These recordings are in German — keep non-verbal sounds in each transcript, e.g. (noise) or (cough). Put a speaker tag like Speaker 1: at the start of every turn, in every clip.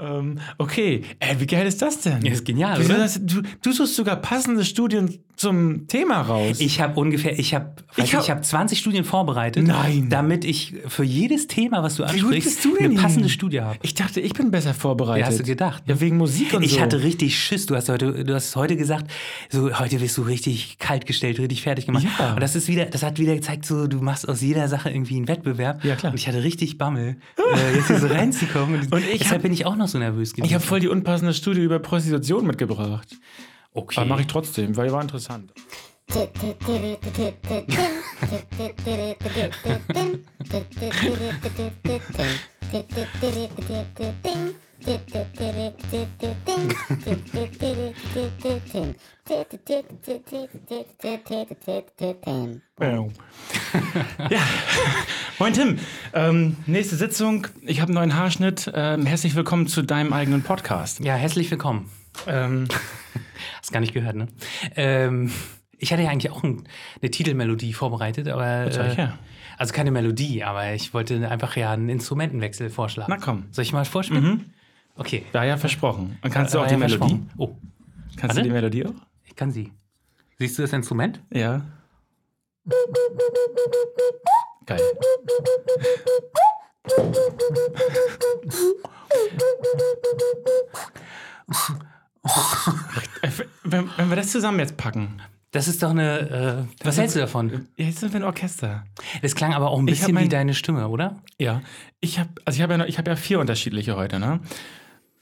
Speaker 1: Ähm, okay, ey, wie geil ist das denn?
Speaker 2: Ja, ist genial,
Speaker 1: Wieso
Speaker 2: oder?
Speaker 1: das, du, du suchst sogar passende Studien zum Thema raus.
Speaker 2: Ich habe ungefähr, ich habe ich
Speaker 1: Ich hab-
Speaker 2: hab, ich hab 20 Studien vorbereitet,
Speaker 1: Nein.
Speaker 2: damit ich für jedes Thema, was du
Speaker 1: gut
Speaker 2: ansprichst,
Speaker 1: bist du denn
Speaker 2: eine
Speaker 1: hier?
Speaker 2: passende Studie habe.
Speaker 1: Ich dachte, ich bin besser vorbereitet.
Speaker 2: Ja, hast du gedacht, ne?
Speaker 1: Ja, wegen Musik und so.
Speaker 2: Ich hatte richtig Schiss. Du hast heute, du hast heute gesagt, so heute wirst du richtig kalt gestellt, richtig fertig gemacht.
Speaker 1: Ja.
Speaker 2: Und das ist wieder, das hat wieder gezeigt, so du machst aus jeder Sache irgendwie einen Wettbewerb.
Speaker 1: Ja, klar.
Speaker 2: Und ich hatte richtig Bammel, äh,
Speaker 1: (laughs)
Speaker 2: jetzt hier so reinzukommen.
Speaker 1: Und ich
Speaker 2: deshalb
Speaker 1: hab-
Speaker 2: bin ich auch noch so nervös gewesen.
Speaker 1: Ich habe voll die unpassende Studie über Prostitution mitgebracht.
Speaker 2: okay.
Speaker 1: Aber mache ich trotzdem, weil die war interessant.
Speaker 3: Tim.
Speaker 1: (laughs) ja. Oh. Moin Tim, ähm, nächste Sitzung. Ich habe einen neuen Haarschnitt. Ähm, herzlich willkommen zu deinem eigenen Podcast.
Speaker 2: ja, herzlich willkommen.
Speaker 1: Ähm,
Speaker 2: Hast gar nicht gehört, ne? Ähm, (laughs) ich hatte ja eigentlich auch ein, eine Titelmelodie vorbereitet, aber.
Speaker 1: zeig
Speaker 2: Äh,
Speaker 1: her.
Speaker 2: also keine Melodie, aber ich wollte einfach ja einen Instrumentenwechsel vorschlagen.
Speaker 1: Na komm.
Speaker 2: Soll ich mal vorspielen? Okay.
Speaker 1: war ja versprochen. Und kannst du
Speaker 2: War
Speaker 1: auch die
Speaker 2: ja
Speaker 1: Melodie?
Speaker 2: versprochen. Oh,
Speaker 1: Kannst
Speaker 2: Warte.
Speaker 1: du die Melodie auch?
Speaker 2: ich kann sie. Siehst du das Instrument?
Speaker 1: Ja. Geil. Wenn, wenn wir das zusammen jetzt packen.
Speaker 2: Das ist doch eine. Äh, was hältst du davon?
Speaker 1: Ja, jetzt sind wir ein Orchester.
Speaker 2: Das klang aber auch ein
Speaker 1: Ich hab
Speaker 2: bisschen wie
Speaker 1: mein-
Speaker 2: deine Stimme, oder?
Speaker 1: Ja. Ich habe also ich hab ja, noch- ich hab ja vier unterschiedliche heute, ne?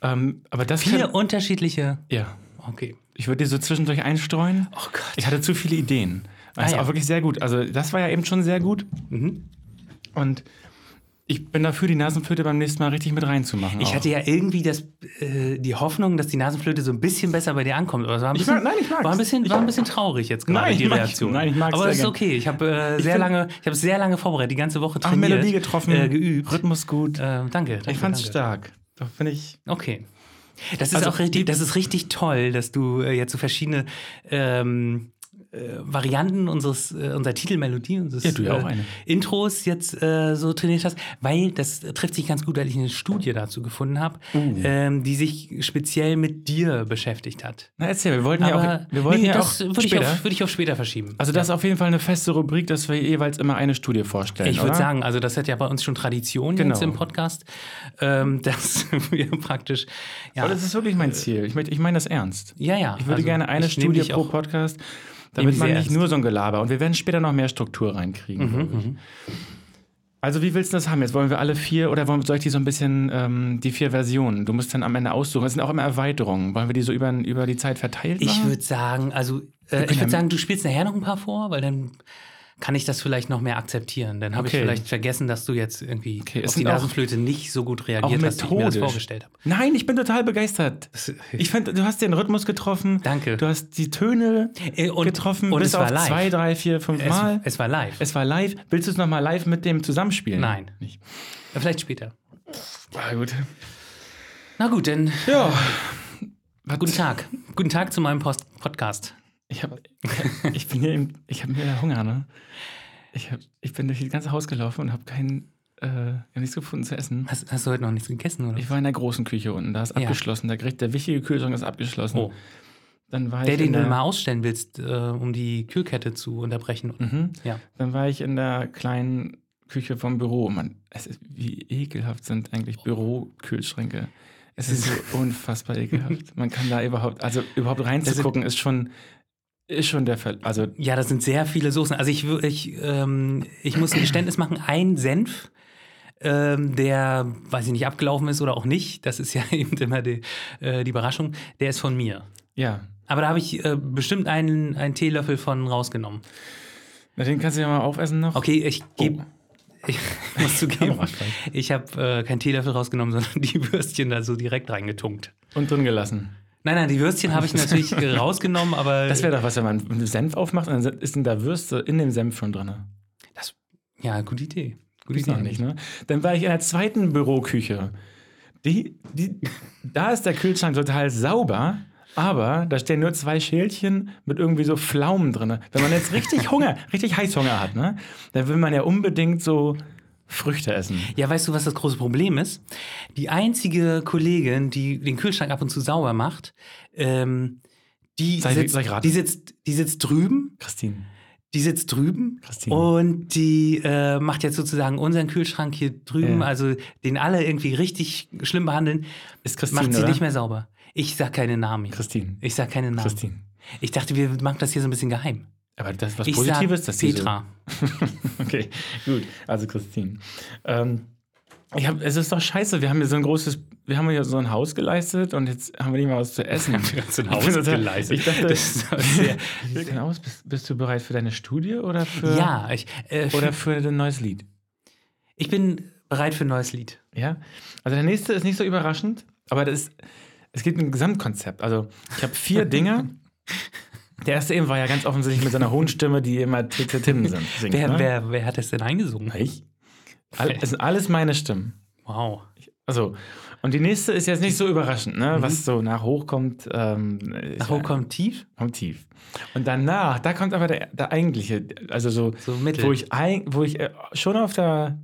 Speaker 1: Ähm, aber das
Speaker 2: Vier
Speaker 1: Kann,
Speaker 2: unterschiedliche.
Speaker 1: ja.
Speaker 2: Okay.
Speaker 1: Ich würde dir so zwischendurch einstreuen.
Speaker 2: Oh Gott.
Speaker 1: Ich hatte zu viele Ideen. Das
Speaker 2: Ah,
Speaker 1: ist
Speaker 2: ja.
Speaker 1: auch wirklich sehr gut. Also, das war ja eben schon sehr gut.
Speaker 2: Mhm.
Speaker 1: Und ich bin dafür, die Nasenflöte beim nächsten Mal richtig mit reinzumachen.
Speaker 2: Ich
Speaker 1: auch.
Speaker 2: hatte ja irgendwie das, äh, die Hoffnung, dass die Nasenflöte so ein bisschen besser bei dir ankommt. Aber es war ein
Speaker 1: Ich
Speaker 2: bisschen,
Speaker 1: mag- nein, ich mag's.
Speaker 2: war ein bisschen, war ein bisschen traurig jetzt gerade
Speaker 1: Nein, ich
Speaker 2: die
Speaker 1: mag's.
Speaker 2: Reaktion.
Speaker 1: Nein, ich mag's
Speaker 2: Aber
Speaker 1: sehr
Speaker 2: es ist
Speaker 1: gern.
Speaker 2: okay. Ich habe äh,
Speaker 1: Ich
Speaker 2: sehr
Speaker 1: find-
Speaker 2: lange, ich habe sehr lange vorbereitet, die ganze Woche
Speaker 1: Ach,
Speaker 2: trainiert,
Speaker 1: Melodie getroffen,
Speaker 2: äh, geübt.
Speaker 1: Rhythmus gut.
Speaker 2: Äh, danke, danke.
Speaker 1: ich fand's
Speaker 2: danke.
Speaker 1: stark. Doch finde ich.
Speaker 2: Okay. Das ist
Speaker 1: Also,
Speaker 2: auch richtig, das ist richtig toll, dass du äh, jetzt so verschiedene ähm, äh, Varianten unseres, äh, unserer Titelmelodie, unseres
Speaker 1: Ja, du ja auch
Speaker 2: äh,
Speaker 1: eine.
Speaker 2: Intros jetzt äh, so trainiert hast, weil das trifft sich ganz gut, weil ich eine Studie dazu gefunden habe,
Speaker 1: Oh.
Speaker 2: ähm, die sich speziell mit dir beschäftigt hat.
Speaker 1: Na erzähl, wir wollten ja
Speaker 2: Aber
Speaker 1: auch. Wir wollten
Speaker 2: nee,
Speaker 1: ja
Speaker 2: das
Speaker 1: auch
Speaker 2: würde ich,
Speaker 1: später.
Speaker 2: auf- würde ich auf später verschieben.
Speaker 1: also das ist auf jeden Fall eine feste Rubrik, dass wir jeweils immer eine Studie vorstellen.
Speaker 2: Ich würde
Speaker 1: oder?
Speaker 2: sagen, also das hat ja bei uns schon Tradition
Speaker 1: Genau.
Speaker 2: jetzt im Podcast, ähm, (laughs) dass wir praktisch ja, Äh,
Speaker 1: Aber das ist wirklich mein Ziel. Ich, möchte, ich meine das ernst.
Speaker 2: ja, ja.
Speaker 1: Ich würde
Speaker 2: also
Speaker 1: gerne eine
Speaker 2: ich nehm
Speaker 1: Studie
Speaker 2: dich
Speaker 1: pro
Speaker 2: auch-
Speaker 1: Podcast,
Speaker 2: Nehm ich
Speaker 1: damit man
Speaker 2: sehr Mhm,
Speaker 1: nicht
Speaker 2: ernst.
Speaker 1: nur so ein Gelaber. Und wir werden später noch mehr Struktur reinkriegen. glaub ich. Also wie willst du das haben? Jetzt wollen wir alle vier oder wollen, soll ich die so ein bisschen ähm, die vier Versionen? Du musst dann am Ende aussuchen. Es sind auch immer Erweiterungen. Wollen wir die so über, über die Zeit verteilt
Speaker 2: Ich
Speaker 1: machen?
Speaker 2: würde sagen, also äh, ich
Speaker 1: können
Speaker 2: würde
Speaker 1: ja-
Speaker 2: sagen, du spielst nachher noch ein paar vor, weil dann kann ich das vielleicht noch mehr akzeptieren. Dann habe ich
Speaker 1: Okay.
Speaker 2: vielleicht vergessen, dass du jetzt irgendwie
Speaker 1: Okay, es
Speaker 2: auf die
Speaker 1: sind auch-
Speaker 2: Nasenflöte nicht so gut reagiert hast, wie ich mir das
Speaker 1: methodisch.
Speaker 2: vorgestellt habe.
Speaker 1: Nein, ich bin total begeistert. Ich fand, du hast den Rhythmus getroffen.
Speaker 2: Danke.
Speaker 1: Du hast die Töne
Speaker 2: Äh, und-
Speaker 1: getroffen.
Speaker 2: und
Speaker 1: bis
Speaker 2: es war
Speaker 1: auf
Speaker 2: live.
Speaker 1: zwei, drei, vier, fünf
Speaker 2: Es,
Speaker 1: Mal.
Speaker 2: es war live.
Speaker 1: Es war live. Willst du es nochmal live mit dem zusammenspielen?
Speaker 2: Nein.
Speaker 1: Nicht.
Speaker 2: Äh, vielleicht später.
Speaker 1: Ah, gut.
Speaker 2: Na gut, dann
Speaker 1: Ja.
Speaker 2: guten Tag. Guten Tag zu meinem Post Podcast.
Speaker 1: Ich habe ich bin hier im, ich habe mir Hunger, ne? Ich, hab, ich bin durch das ganze Haus gelaufen und habe keinen äh, ich hab nichts gefunden zu essen.
Speaker 2: Hast, hast du heute noch nichts gegessen, oder?
Speaker 1: Ich war in der großen Küche unten, da ist
Speaker 2: Ja.
Speaker 1: abgeschlossen. Der, Gericht, der wichtige Kühlschrank ist abgeschlossen.
Speaker 2: Oh.
Speaker 1: Dann war
Speaker 2: der,
Speaker 1: ich
Speaker 2: den
Speaker 1: in
Speaker 2: du
Speaker 1: der,
Speaker 2: mal ausstellen willst, äh, um die Kühlkette zu unterbrechen.
Speaker 1: Mhm.
Speaker 2: Ja.
Speaker 1: Dann war ich in der kleinen Küche vom Büro. Mann, es ist, wie ekelhaft sind eigentlich Bürokühlschränke. Es ist
Speaker 2: (laughs)
Speaker 1: so unfassbar ekelhaft. Man kann da überhaupt, also überhaupt reinzugucken, ist schon, ist schon der Fall. Also
Speaker 2: Ja, das sind sehr viele Soßen. Also ich, wür- ich, ähm, ich muss ein Geständnis machen, ein Senf, ähm, der, weiß ich nicht, abgelaufen ist oder auch nicht, das ist ja (laughs) eben immer die, äh, die Überraschung, der ist von mir.
Speaker 1: ja,
Speaker 2: Aber da habe ich äh, bestimmt einen, einen Teelöffel von rausgenommen.
Speaker 1: Na, den kannst du ja mal aufessen noch.
Speaker 2: Okay, ich gebe...
Speaker 1: Oh.
Speaker 2: (laughs) Ich
Speaker 1: (laughs)
Speaker 2: muss zugeben,
Speaker 1: Kameraschwein.
Speaker 2: ich habe äh, keinen Teelöffel rausgenommen, (laughs) sondern die Würstchen da so direkt reingetunkt.
Speaker 1: Und drin gelassen.
Speaker 2: Nein, nein, die Würstchen habe
Speaker 1: (laughs)
Speaker 2: ich natürlich äh, rausgenommen, aber
Speaker 1: Das wäre doch was, wenn man einen Senf aufmacht und dann ist denn da Würste in dem Senf schon drin.
Speaker 2: ja gute Idee. Gute
Speaker 1: Ist noch nicht, ne? Dann war ich in der zweiten Büroküche. Die, die, da ist der Kühlschrank total sauber, aber da stehen nur zwei Schälchen mit irgendwie so
Speaker 2: (laughs)
Speaker 1: Pflaumen drin. Wenn man jetzt richtig Hunger, richtig Heißhunger hat, ne? Dann will man ja unbedingt so Früchte essen.
Speaker 2: Ja, weißt du, was das große Problem ist? Die einzige Kollegin, die den Kühlschrank ab und zu sauber macht, ähm, die,
Speaker 1: Soll ich-
Speaker 2: sitzt,
Speaker 1: soll ich raten?
Speaker 2: die, sitzt, die sitzt drüben.
Speaker 1: Christine.
Speaker 2: Die sitzt drüben
Speaker 1: Christine.
Speaker 2: und die äh, macht jetzt sozusagen unseren Kühlschrank hier drüben,
Speaker 1: Ja.
Speaker 2: also den alle irgendwie richtig schlimm behandeln,
Speaker 1: Ist Christine,
Speaker 2: macht sie
Speaker 1: oder?
Speaker 2: nicht mehr sauber. Ich sag keine Namen. hier.
Speaker 1: Christine.
Speaker 2: Ich sag keine Namen.
Speaker 1: Christine.
Speaker 2: Ich dachte, wir machen das hier so ein bisschen geheim.
Speaker 1: Aber das ist was
Speaker 2: ich
Speaker 1: Positives,
Speaker 2: sag
Speaker 1: dass die so-
Speaker 2: Petra.
Speaker 1: Okay, gut. Also Christine. Ähm, ich hab, es ist doch scheiße, wir haben hier so ein großes, wir haben hier so ein Haus geleistet und jetzt haben wir nicht mal was zu essen.
Speaker 2: ganz ein
Speaker 1: Ich bin total- Ich dachte, (laughs)
Speaker 2: Das ist aber (laughs) sehr,
Speaker 1: genau, bist, bist du bereit für deine Studie oder für,
Speaker 2: ja, ich, äh,
Speaker 1: oder für ein neues Lied?
Speaker 2: ich bin bereit für ein neues Lied.
Speaker 1: Ja. Also der nächste ist nicht so überraschend, aber das ist, es gibt ein Gesamtkonzept. Also ich habe vier
Speaker 2: (laughs)
Speaker 1: Dinge. Der erste eben war ja ganz offensichtlich mit seiner hohen Stimme, die immer Tete Tim sind. Singt,
Speaker 2: Wer,
Speaker 1: ne?
Speaker 2: wer, wer hat das denn eingesungen?
Speaker 1: Ich? All, es sind alles meine Stimmen.
Speaker 2: Wow.
Speaker 1: Also, und die nächste ist jetzt nicht so überraschend, ne? Was so nach hoch kommt, ähm, ist
Speaker 2: Mhm. Nach
Speaker 1: ja-
Speaker 2: hoch kommt tief?
Speaker 1: kommt tief. Und danach, da kommt aber der, der eigentliche, also so,
Speaker 2: So mittel.
Speaker 1: wo ich, ein, wo ich äh, schon auf der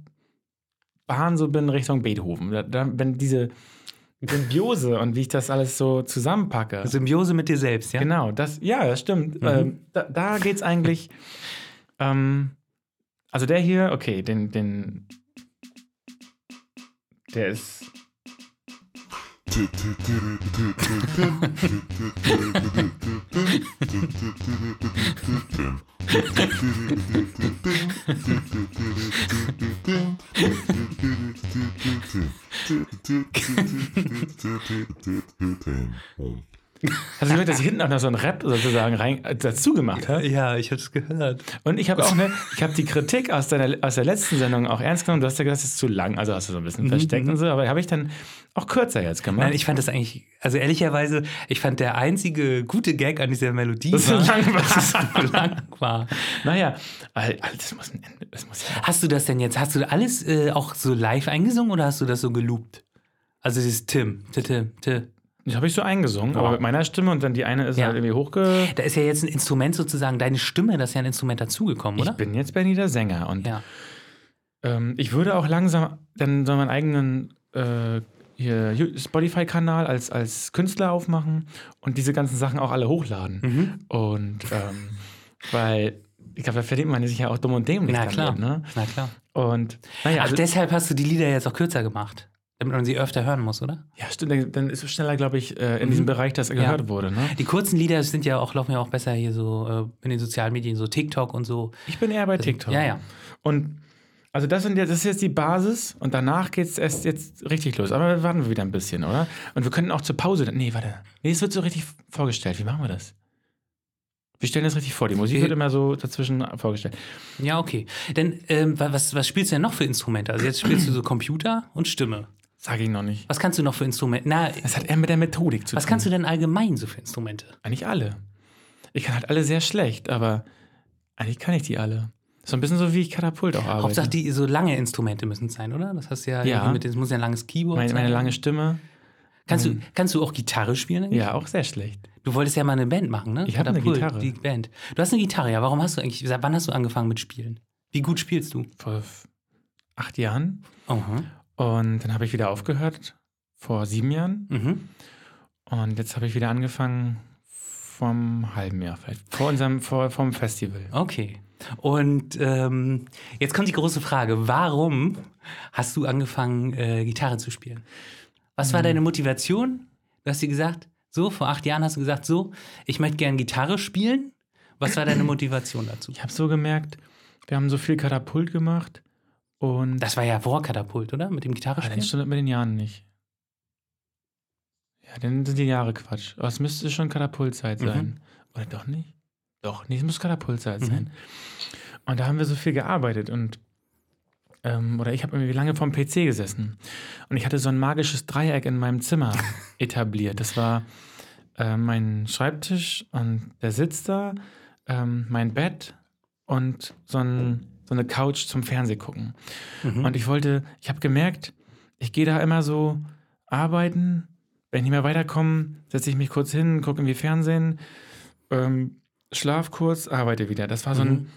Speaker 1: Bahn so bin Richtung Beethoven. Da, da, wenn diese
Speaker 2: (laughs)
Speaker 1: Symbiose und wie ich das alles so zusammenpacke.
Speaker 2: Symbiose mit dir selbst, ja? Mhm.
Speaker 1: Genau, das, ja, das stimmt. Ähm, da da geht es
Speaker 2: (laughs)
Speaker 1: eigentlich. ähm, also der hier, okay, den, den. Der ist. Hast du gehört, dass ich hinten auch noch so einen Rap sozusagen rein, äh, dazu gemacht habe?
Speaker 2: Ja, ich hab's gehört.
Speaker 1: Und ich habe auch eine, ich habe die Kritik aus, deiner, aus der letzten Sendung auch ernst genommen. Du hast ja gesagt, es ist zu lang, also hast du so ein bisschen versteckt und so, aber habe ich dann auch kürzer jetzt gemacht.
Speaker 2: Nein, ich fand das eigentlich, also ehrlicherweise, ich fand der einzige gute Gag an dieser Melodie
Speaker 1: Das ist (laughs)
Speaker 2: war,
Speaker 1: lang war.
Speaker 2: dass es so lang war.
Speaker 1: naja, all- all das muss ein Ende, das muss ja.
Speaker 2: Hast du das denn jetzt, hast du alles äh, auch so live eingesungen oder hast du das so geloopt? Also dieses Tim, Tim, Tim, Tim.
Speaker 1: Das habe ich so eingesungen,
Speaker 2: Wow.
Speaker 1: aber mit meiner Stimme und dann die eine ist
Speaker 2: Ja.
Speaker 1: halt irgendwie hochge.
Speaker 2: Da ist ja jetzt ein Instrument sozusagen, deine Stimme, das ist ja ein Instrument dazugekommen,
Speaker 1: Ich
Speaker 2: oder?
Speaker 1: bin jetzt Benny der Sänger und
Speaker 2: Ja.
Speaker 1: ähm, ich würde auch langsam dann so meinen eigenen äh, hier Ju- Spotify-Kanal als, als Künstler aufmachen und diese ganzen Sachen auch alle hochladen.
Speaker 2: Mhm.
Speaker 1: Und ähm, weil ich glaube, da verdient man sich ja auch dumm und dämlich.
Speaker 2: Na
Speaker 1: damit,
Speaker 2: klar.
Speaker 1: Ne?
Speaker 2: Na klar.
Speaker 1: Und naja,
Speaker 2: Ach,
Speaker 1: also,
Speaker 2: deshalb hast du die Lieder jetzt auch kürzer gemacht, damit man sie öfter hören muss, oder?
Speaker 1: ja, stimmt, dann- dann ist es schneller, glaube ich, äh, in diesem Bereich, dass er gehört wurde. Ne?
Speaker 2: Die kurzen Lieder sind ja auch, laufen ja auch besser hier so äh, in den sozialen Medien, so TikTok und so.
Speaker 1: Ich bin eher bei TikTok.
Speaker 2: Ja, ja.
Speaker 1: Und also das, sind jetzt, das ist jetzt die Basis und danach geht es erst jetzt richtig los. Aber warten wir wieder ein bisschen, oder? Und wir könnten auch zur Pause. Nee, warte. Nee, es wird so richtig vorgestellt. Wie machen wir das? Wir stellen das richtig vor. Die Musik
Speaker 2: Äh.
Speaker 1: wird immer so dazwischen vorgestellt.
Speaker 2: Ja, okay. Denn ähm, wa- was, was spielst du denn noch für Instrumente? Also jetzt spielst du so Computer und Stimme.
Speaker 1: Sag ich noch nicht.
Speaker 2: Was kannst du noch für Instrumente? Na,
Speaker 1: Das hat eher mit der Methodik zu
Speaker 2: was
Speaker 1: tun.
Speaker 2: kannst du denn allgemein so für Instrumente?
Speaker 1: Eigentlich alle. Ich kann halt alle sehr schlecht, aber eigentlich kann ich die alle. So ein bisschen so wie ich Katapult auch arbeite.
Speaker 2: Hauptsache, die so lange Instrumente müssen es sein, oder? Das hast du ja,
Speaker 1: Ja.
Speaker 2: irgendwie mit, es muss ja ein langes Keyboard
Speaker 1: meine,
Speaker 2: sein.
Speaker 1: meine lange Stimme.
Speaker 2: kannst, du, kannst du auch Gitarre spielen? eigentlich?
Speaker 1: Ja, auch sehr schlecht.
Speaker 2: Du wolltest ja mal eine Band machen, ne?
Speaker 1: Ich hab eine
Speaker 2: Katapult,
Speaker 1: Gitarre.
Speaker 2: Die Band. Du hast eine Gitarre, ja. Warum hast du eigentlich, seit wann hast du angefangen mit Spielen? Wie gut spielst du?
Speaker 1: Vor f- acht Jahren.
Speaker 2: Aha.
Speaker 1: Und dann habe ich wieder aufgehört. Vor sieben Jahren.
Speaker 2: Mhm.
Speaker 1: Und jetzt habe ich wieder angefangen vom halben Jahr vielleicht. Vor unserem, vor, vom Festival.
Speaker 2: Okay. Und ähm, jetzt kommt die große Frage: Warum hast du angefangen, äh, Gitarre zu spielen? Was war deine Motivation? Du hast dir gesagt, so, vor acht Jahren hast du gesagt, so, ich möchte gerne Gitarre spielen. Was war deine Motivation dazu?
Speaker 1: Ich habe so gemerkt, wir haben so viel Katapult gemacht. Und
Speaker 2: Das war ja vor Katapult, oder? Mit dem
Speaker 1: Ah, dann
Speaker 2: Gitarrespielen?
Speaker 1: stimmt das mit den Jahren nicht. Ja, dann sind die Jahre Quatsch. Aber es müsste schon Katapultzeit
Speaker 2: Mhm.
Speaker 1: sein. Oder doch nicht? Doch, nee, es muss Katapultzeit
Speaker 2: Mhm.
Speaker 1: sein. Und da haben wir so viel gearbeitet und ähm, oder ich habe irgendwie lange vorm PC gesessen. Und ich hatte so ein magisches Dreieck in meinem
Speaker 2: (laughs)
Speaker 1: Zimmer etabliert. Das war äh, mein Schreibtisch und der Sitz da, ähm, mein Bett und so, ein, so eine Couch zum Fernseh gucken.
Speaker 2: Mhm.
Speaker 1: Und ich wollte, ich habe gemerkt, ich gehe da immer so arbeiten. Wenn ich nicht mehr weiterkomme, setze ich mich kurz hin, gucke irgendwie Fernsehen, ähm, schlaf
Speaker 2: Mhm.
Speaker 1: kurz, arbeite wieder. Das war so ein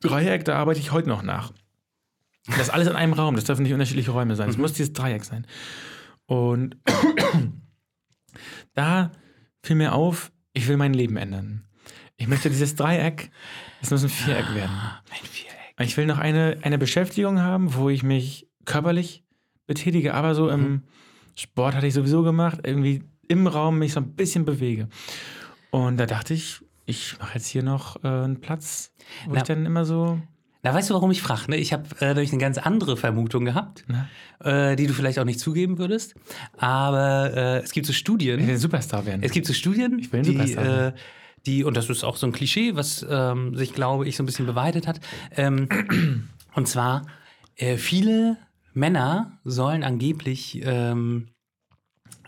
Speaker 1: Dreieck, da arbeite ich heute noch nach. Das alles in einem Raum. Das dürfen nicht unterschiedliche Räume sein. Es
Speaker 2: Mhm.
Speaker 1: muss dieses Dreieck sein. Und da fiel mir auf, ich will mein Leben ändern. Ich möchte dieses Dreieck, es muss ein Viereck werden.
Speaker 2: Ein Viereck.
Speaker 1: Ich will noch eine, eine Beschäftigung haben, wo ich mich körperlich betätige, aber so
Speaker 2: Mhm.
Speaker 1: im Sport hatte ich sowieso gemacht, irgendwie im Raum mich so ein bisschen bewege. Und da dachte ich, ich mache jetzt hier noch äh, einen Platz, wo
Speaker 2: Na.
Speaker 1: ich dann immer so.
Speaker 2: Na, weißt du, warum ich frage? Ne? Ich habe äh, durch eine ganz andere Vermutung gehabt,
Speaker 1: Na?
Speaker 2: äh, die du vielleicht auch nicht zugeben würdest. Aber äh, es gibt so Studien.
Speaker 1: Ich will ein Superstar werden.
Speaker 2: Es gibt so Studien,
Speaker 1: will ein
Speaker 2: die,
Speaker 1: Superstar
Speaker 2: äh,
Speaker 1: werden.
Speaker 2: die, und das ist auch so ein Klischee, was ähm, sich, glaube ich, so ein bisschen beweitet hat. Ähm, und zwar, äh, viele Männer sollen angeblich, ähm,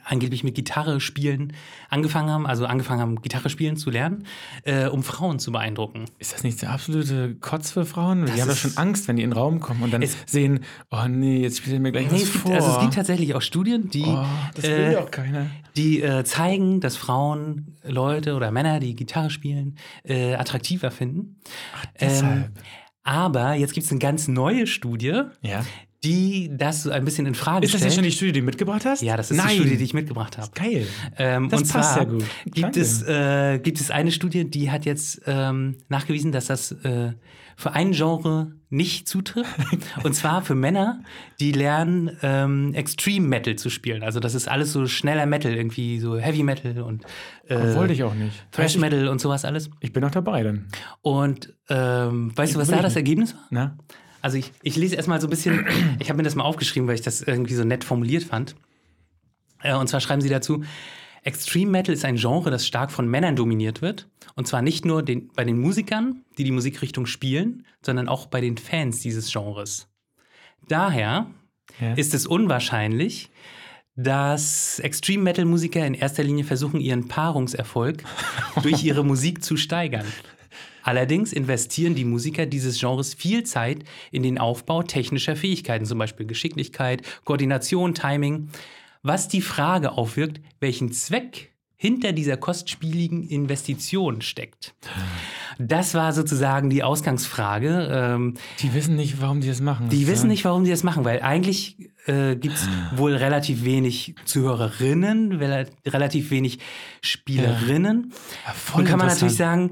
Speaker 2: angeblich mit Gitarre spielen angefangen haben, also angefangen haben, Gitarre spielen zu lernen, äh, um Frauen zu beeindrucken.
Speaker 1: Ist das nicht der absolute Kotz für Frauen?
Speaker 2: Das
Speaker 1: die haben doch
Speaker 2: ist-
Speaker 1: schon Angst, wenn die in den Raum kommen und dann
Speaker 2: Es-
Speaker 1: sehen, oh nee, jetzt spielt er mir gleich
Speaker 2: Nee,
Speaker 1: was
Speaker 2: es, gibt,
Speaker 1: vor.
Speaker 2: also es gibt tatsächlich auch Studien, die,
Speaker 1: oh, das will
Speaker 2: äh,
Speaker 1: doch keiner.
Speaker 2: die äh, zeigen, dass Frauen Leute oder Männer, die Gitarre spielen, äh, attraktiver finden. Ähm,
Speaker 1: deshalb.
Speaker 2: aber jetzt gibt es eine ganz neue Studie,
Speaker 1: Ähm, Ja.
Speaker 2: die das so ein bisschen in Frage
Speaker 1: Ist das
Speaker 2: stellt.
Speaker 1: nicht schon die Studie, die du mitgebracht hast?
Speaker 2: ja, das ist
Speaker 1: Nein.
Speaker 2: die Studie, die ich mitgebracht habe.
Speaker 1: Geil.
Speaker 2: Ähm,
Speaker 1: Das
Speaker 2: und
Speaker 1: passt
Speaker 2: zwar
Speaker 1: ja gut.
Speaker 2: Gibt
Speaker 1: Danke.
Speaker 2: es, äh, gibt es eine Studie, die hat jetzt ähm, nachgewiesen, dass das äh, für ein Genre
Speaker 1: (laughs)
Speaker 2: nicht zutrifft. und zwar für Männer, die lernen, ähm, Extreme Metal zu spielen. Also das ist alles so schneller Metal, irgendwie so Heavy Metal und äh,
Speaker 1: Wollte ich auch nicht.
Speaker 2: Thrash Metal und sowas alles.
Speaker 1: Ich bin noch dabei dann.
Speaker 2: Und ähm, weißt du, was
Speaker 1: Will
Speaker 2: da
Speaker 1: ich
Speaker 2: das
Speaker 1: nicht.
Speaker 2: Ergebnis war?
Speaker 1: Na?
Speaker 2: Also ich, ich lese erstmal so ein bisschen, ich habe mir das mal aufgeschrieben, weil ich das irgendwie so nett formuliert fand. Äh, Und zwar schreiben sie dazu, Extreme Metal ist ein Genre, das stark von Männern dominiert wird. Und zwar nicht nur den, bei den Musikern, die die Musikrichtung spielen, sondern auch bei den Fans dieses Genres. Daher
Speaker 1: Ja.
Speaker 2: ist es unwahrscheinlich, dass Extreme Metal Musiker in erster Linie versuchen, ihren Paarungserfolg durch ihre Musik zu steigern. Allerdings investieren die Musiker dieses Genres viel Zeit in den Aufbau technischer Fähigkeiten, zum Beispiel Geschicklichkeit, Koordination, Timing, was die Frage aufwirkt, welchen Zweck hinter dieser kostspieligen Investition steckt. Das war sozusagen die Ausgangsfrage. Ähm,
Speaker 1: die wissen nicht, warum die das machen.
Speaker 2: die
Speaker 1: Das,
Speaker 2: wissen
Speaker 1: ne?
Speaker 2: nicht, warum die das machen, weil eigentlich äh, gibt es wohl relativ wenig Zuhörerinnen, rela- relativ wenig Spielerinnen.
Speaker 1: Ja, voll
Speaker 2: Nun kann man
Speaker 1: interessant.
Speaker 2: natürlich sagen,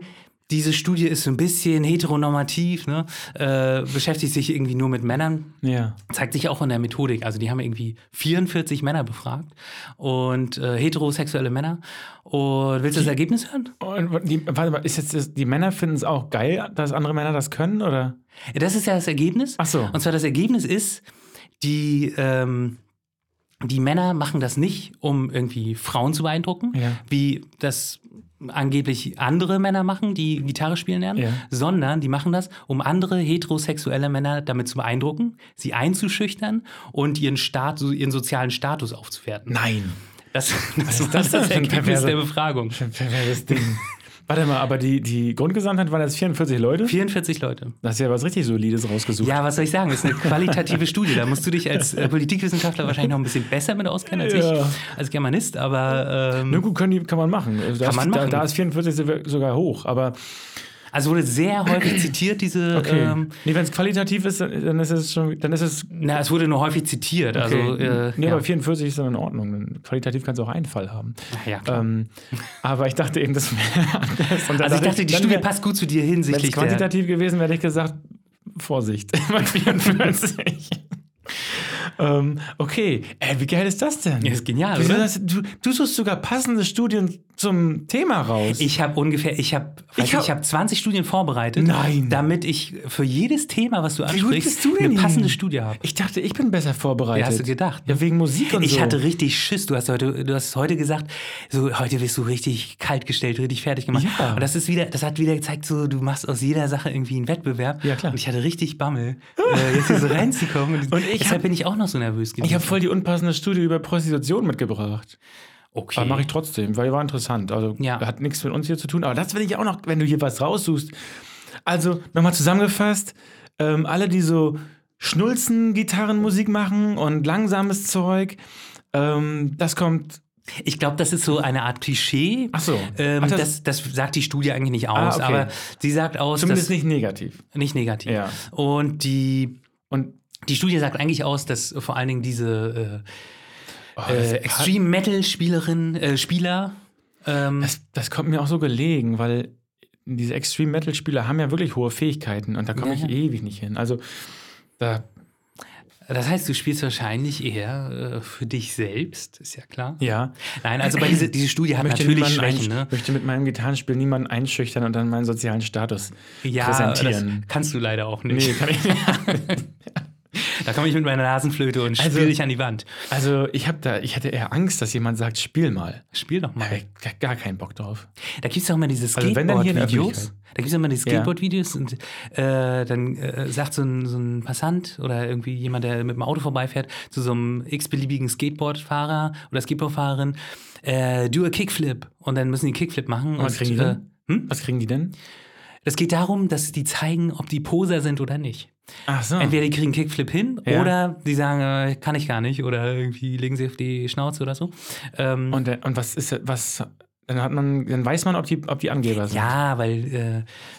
Speaker 2: diese Studie ist so ein bisschen heteronormativ, ne? äh, beschäftigt sich irgendwie nur mit Männern,
Speaker 1: Ja.
Speaker 2: zeigt sich auch in der Methodik. Also die haben irgendwie 44 Männer befragt und äh, heterosexuelle Männer. Und willst du das Ergebnis hören?
Speaker 1: Und die, warte mal, ist jetzt das, die Männer finden es auch geil, dass andere Männer das können, oder?
Speaker 2: Das ist ja das Ergebnis.
Speaker 1: Ach so.
Speaker 2: Und zwar das Ergebnis ist, die, ähm, die Männer machen das nicht, um irgendwie Frauen zu beeindrucken,
Speaker 1: Ja.
Speaker 2: wie das angeblich andere Männer machen, die Gitarre spielen lernen,
Speaker 1: Ja.
Speaker 2: sondern die machen das, um andere heterosexuelle Männer damit zu beeindrucken, sie einzuschüchtern und ihren, Staat, ihren sozialen Status aufzuwerten.
Speaker 1: Nein.
Speaker 2: Das, (laughs) das,
Speaker 1: ist
Speaker 2: war
Speaker 1: also das denn
Speaker 2: das
Speaker 1: für ein
Speaker 2: Ergebnis
Speaker 1: perverse-
Speaker 2: der Befragung.
Speaker 1: Perverses Ding. (laughs) warte mal, aber die, die Grundgesandtheit waren jetzt 44 Leute?
Speaker 2: 44 Leute.
Speaker 1: Das ist ja was richtig Solides rausgesucht.
Speaker 2: Ja, was soll ich sagen? Das ist eine qualitative Studie. Da musst du dich als äh, Politikwissenschaftler wahrscheinlich noch ein bisschen besser mit auskennen als
Speaker 1: Ja.
Speaker 2: ich, als Germanist.
Speaker 1: Na
Speaker 2: Aber ähm,
Speaker 1: gut, können die, kann man machen. Also da
Speaker 2: Kann
Speaker 1: ist,
Speaker 2: man machen.
Speaker 1: Da, da ist 44 sogar- sogar hoch. Aber
Speaker 2: also wurde sehr häufig zitiert, diese.
Speaker 1: okay.
Speaker 2: Ähm,
Speaker 1: nee, wenn es qualitativ ist, dann dann ist es schon. Dann ist es.
Speaker 2: na, es wurde nur häufig zitiert. Also,
Speaker 1: okay.
Speaker 2: äh,
Speaker 1: nee,
Speaker 2: ja.
Speaker 1: aber 44 ist dann in Ordnung. Dann Qualitativ kann es auch einen Fall haben.
Speaker 2: ja, klar.
Speaker 1: Ähm, aber ich dachte eben, das wäre (laughs) anders. Und dann
Speaker 2: also ich dachte, die
Speaker 1: dann
Speaker 2: Studie
Speaker 1: wär-
Speaker 2: passt gut zu dir
Speaker 1: Wenn es
Speaker 2: hinsichtlich der.
Speaker 1: quantitativ (laughs) gewesen wäre, hätte ich gesagt, Vorsicht,
Speaker 2: (laughs)
Speaker 1: bei 44. ähm, okay, Ey, wie geil ist das denn?
Speaker 2: Ja, ist genial,
Speaker 1: Wieso
Speaker 2: oder?
Speaker 1: Das, du, du suchst sogar passende Studien zum Thema raus.
Speaker 2: Ich habe ungefähr, ich habe ich
Speaker 1: Ich hab-
Speaker 2: hab, hab 20 Studien vorbereitet,
Speaker 1: Nein.
Speaker 2: damit ich für jedes Thema, was du
Speaker 1: gut
Speaker 2: ansprichst,
Speaker 1: bist du denn
Speaker 2: eine
Speaker 1: hier?
Speaker 2: passende Studie habe.
Speaker 1: Ich dachte, ich bin besser vorbereitet.
Speaker 2: Ja, hast du gedacht, ne?
Speaker 1: Ja, wegen Musik und so.
Speaker 2: Ich hatte richtig Schiss. Du hast heute, du hast heute gesagt, so heute wirst du richtig kalt gestellt, richtig fertig gemacht.
Speaker 1: Ja.
Speaker 2: Und das ist wieder, das hat wieder gezeigt, so du machst aus jeder Sache irgendwie einen Wettbewerb.
Speaker 1: Ja, klar.
Speaker 2: Und ich hatte richtig Bammel, äh, jetzt hier so reinzukommen.
Speaker 1: (laughs)
Speaker 2: Und,
Speaker 1: Und ich
Speaker 2: deshalb
Speaker 1: hab-
Speaker 2: bin ich auch noch so nervös gewesen.
Speaker 1: ich habe voll die unpassende Studie über Prostitution mitgebracht.
Speaker 2: okay.
Speaker 1: Aber mache ich trotzdem, weil die war interessant. Also
Speaker 2: Ja.
Speaker 1: hat nichts mit uns hier zu tun. Aber das will ich auch noch, wenn du hier was raussuchst. Also nochmal zusammengefasst: ähm, Alle, die so Schnulzen, Gitarrenmusik machen und langsames Zeug, ähm, das kommt.
Speaker 2: ich glaube, das ist so eine Art Klischee.
Speaker 1: Ach so.
Speaker 2: Ähm,
Speaker 1: Ach, das- Ah,
Speaker 2: das, das sagt die Studie eigentlich nicht aus,
Speaker 1: okay.
Speaker 2: aber sie sagt aus,
Speaker 1: Zumindest
Speaker 2: dass,
Speaker 1: nicht negativ.
Speaker 2: nicht negativ.
Speaker 1: Ja.
Speaker 2: Und die
Speaker 1: Und
Speaker 2: Die Studie sagt eigentlich aus, dass vor allen Dingen diese
Speaker 1: Oh,
Speaker 2: äh,
Speaker 1: das,
Speaker 2: äh, Extreme Metal Spielerinnen, äh, Spieler, ähm,
Speaker 1: das, das kommt mir auch so gelegen, weil diese Extreme Metal Spieler haben ja wirklich hohe Fähigkeiten und da komme
Speaker 2: Ja,
Speaker 1: ich
Speaker 2: ja.
Speaker 1: ewig nicht hin. Also da
Speaker 2: das heißt, du spielst wahrscheinlich eher äh, für dich selbst, ist ja klar.
Speaker 1: ja,
Speaker 2: Nein, also bei diese, diese Studie hat
Speaker 1: möchte,
Speaker 2: natürlich
Speaker 1: niemanden
Speaker 2: Schwächen,
Speaker 1: einsch-
Speaker 2: ne?
Speaker 1: möchte mit meinem Gitarrenspiel niemanden einschüchtern und dann meinen sozialen Status
Speaker 2: ne? Ja, das
Speaker 1: präsentieren.
Speaker 2: kannst du leider auch nicht.
Speaker 1: Nee, kann ich nicht.
Speaker 2: (laughs) Da komme ich mit meiner Nasenflöte und
Speaker 1: Also-
Speaker 2: spiele dich an die Wand.
Speaker 1: Also ich habe da, ich hätte eher Angst, dass jemand sagt, spiel mal.
Speaker 2: Spiel doch
Speaker 1: Da
Speaker 2: mal.
Speaker 1: hab ich gar- gar keinen Bock drauf.
Speaker 2: Da gibt es auch immer diese
Speaker 1: Also wenn, dann hier in der
Speaker 2: Skateboard-Videos.
Speaker 1: Öffentlichkeit.
Speaker 2: Da gibt es immer die
Speaker 1: Ja.
Speaker 2: Skateboard-Videos und äh, dann äh, sagt so ein, so ein Passant oder irgendwie jemand, der mit dem Auto vorbeifährt, zu so einem x-beliebigen Skateboardfahrer oder Skateboardfahrerin, äh, do a Kickflip. Und dann müssen die Kickflip machen.
Speaker 1: Was
Speaker 2: und,
Speaker 1: kriegen die
Speaker 2: äh,
Speaker 1: dann?
Speaker 2: hm?
Speaker 1: Was kriegen die denn?
Speaker 2: Das geht darum, dass die zeigen, ob die Poser sind oder nicht.
Speaker 1: Ach so.
Speaker 2: Entweder die kriegen Kickflip hin
Speaker 1: Ah. Ja.
Speaker 2: oder die sagen, äh, kann ich gar nicht oder irgendwie legen sie auf die Schnauze oder so. Ähm,
Speaker 1: Und, äh, und was ist was? Dann hat man, dann weiß man, ob die, ob die Angeber sind.
Speaker 2: Ja, weil äh,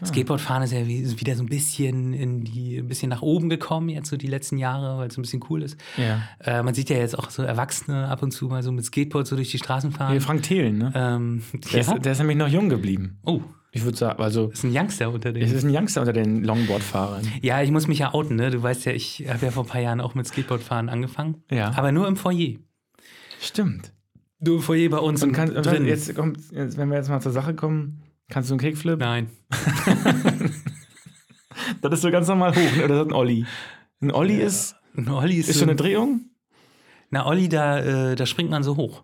Speaker 1: Ah.
Speaker 2: Skateboardfahren ist ja wie, ist wieder so ein bisschen in die, ein bisschen nach oben gekommen jetzt so die letzten Jahre, weil es so ein bisschen cool ist.
Speaker 1: ja.
Speaker 2: Äh, man sieht ja jetzt auch so Erwachsene ab und zu mal so mit Skateboard so durch die Straßen fahren.
Speaker 1: Nee, Frank Thelen, ne?
Speaker 2: ähm,
Speaker 1: Der,
Speaker 2: ja.
Speaker 1: ist, der ist nämlich noch jung geblieben.
Speaker 2: oh,
Speaker 1: Ich würde sagen, also
Speaker 2: ist ein Youngster unter
Speaker 1: es
Speaker 2: denen.
Speaker 1: ist ein Youngster unter den Longboard-Fahrern.
Speaker 2: Ja, ich muss mich ja outen, ne? Du weißt ja, ich habe ja vor ein paar Jahren auch mit Skateboardfahren angefangen.
Speaker 1: Ja.
Speaker 2: Aber nur im Foyer.
Speaker 1: Stimmt.
Speaker 2: Nur im Foyer bei uns.
Speaker 1: Und
Speaker 2: im-
Speaker 1: kann, und jetzt kommt, jetzt, wenn wir jetzt mal zur Sache kommen, kannst du einen Kickflip?
Speaker 2: Nein.
Speaker 1: Das ist so ganz normal hoch, ne? Oder ist das ein Olli? Ein Olli ist,
Speaker 2: Ein Olli ist,
Speaker 1: ist
Speaker 2: so
Speaker 1: schon eine Drehung?
Speaker 2: Na, Olli, da, äh, da springt man so hoch.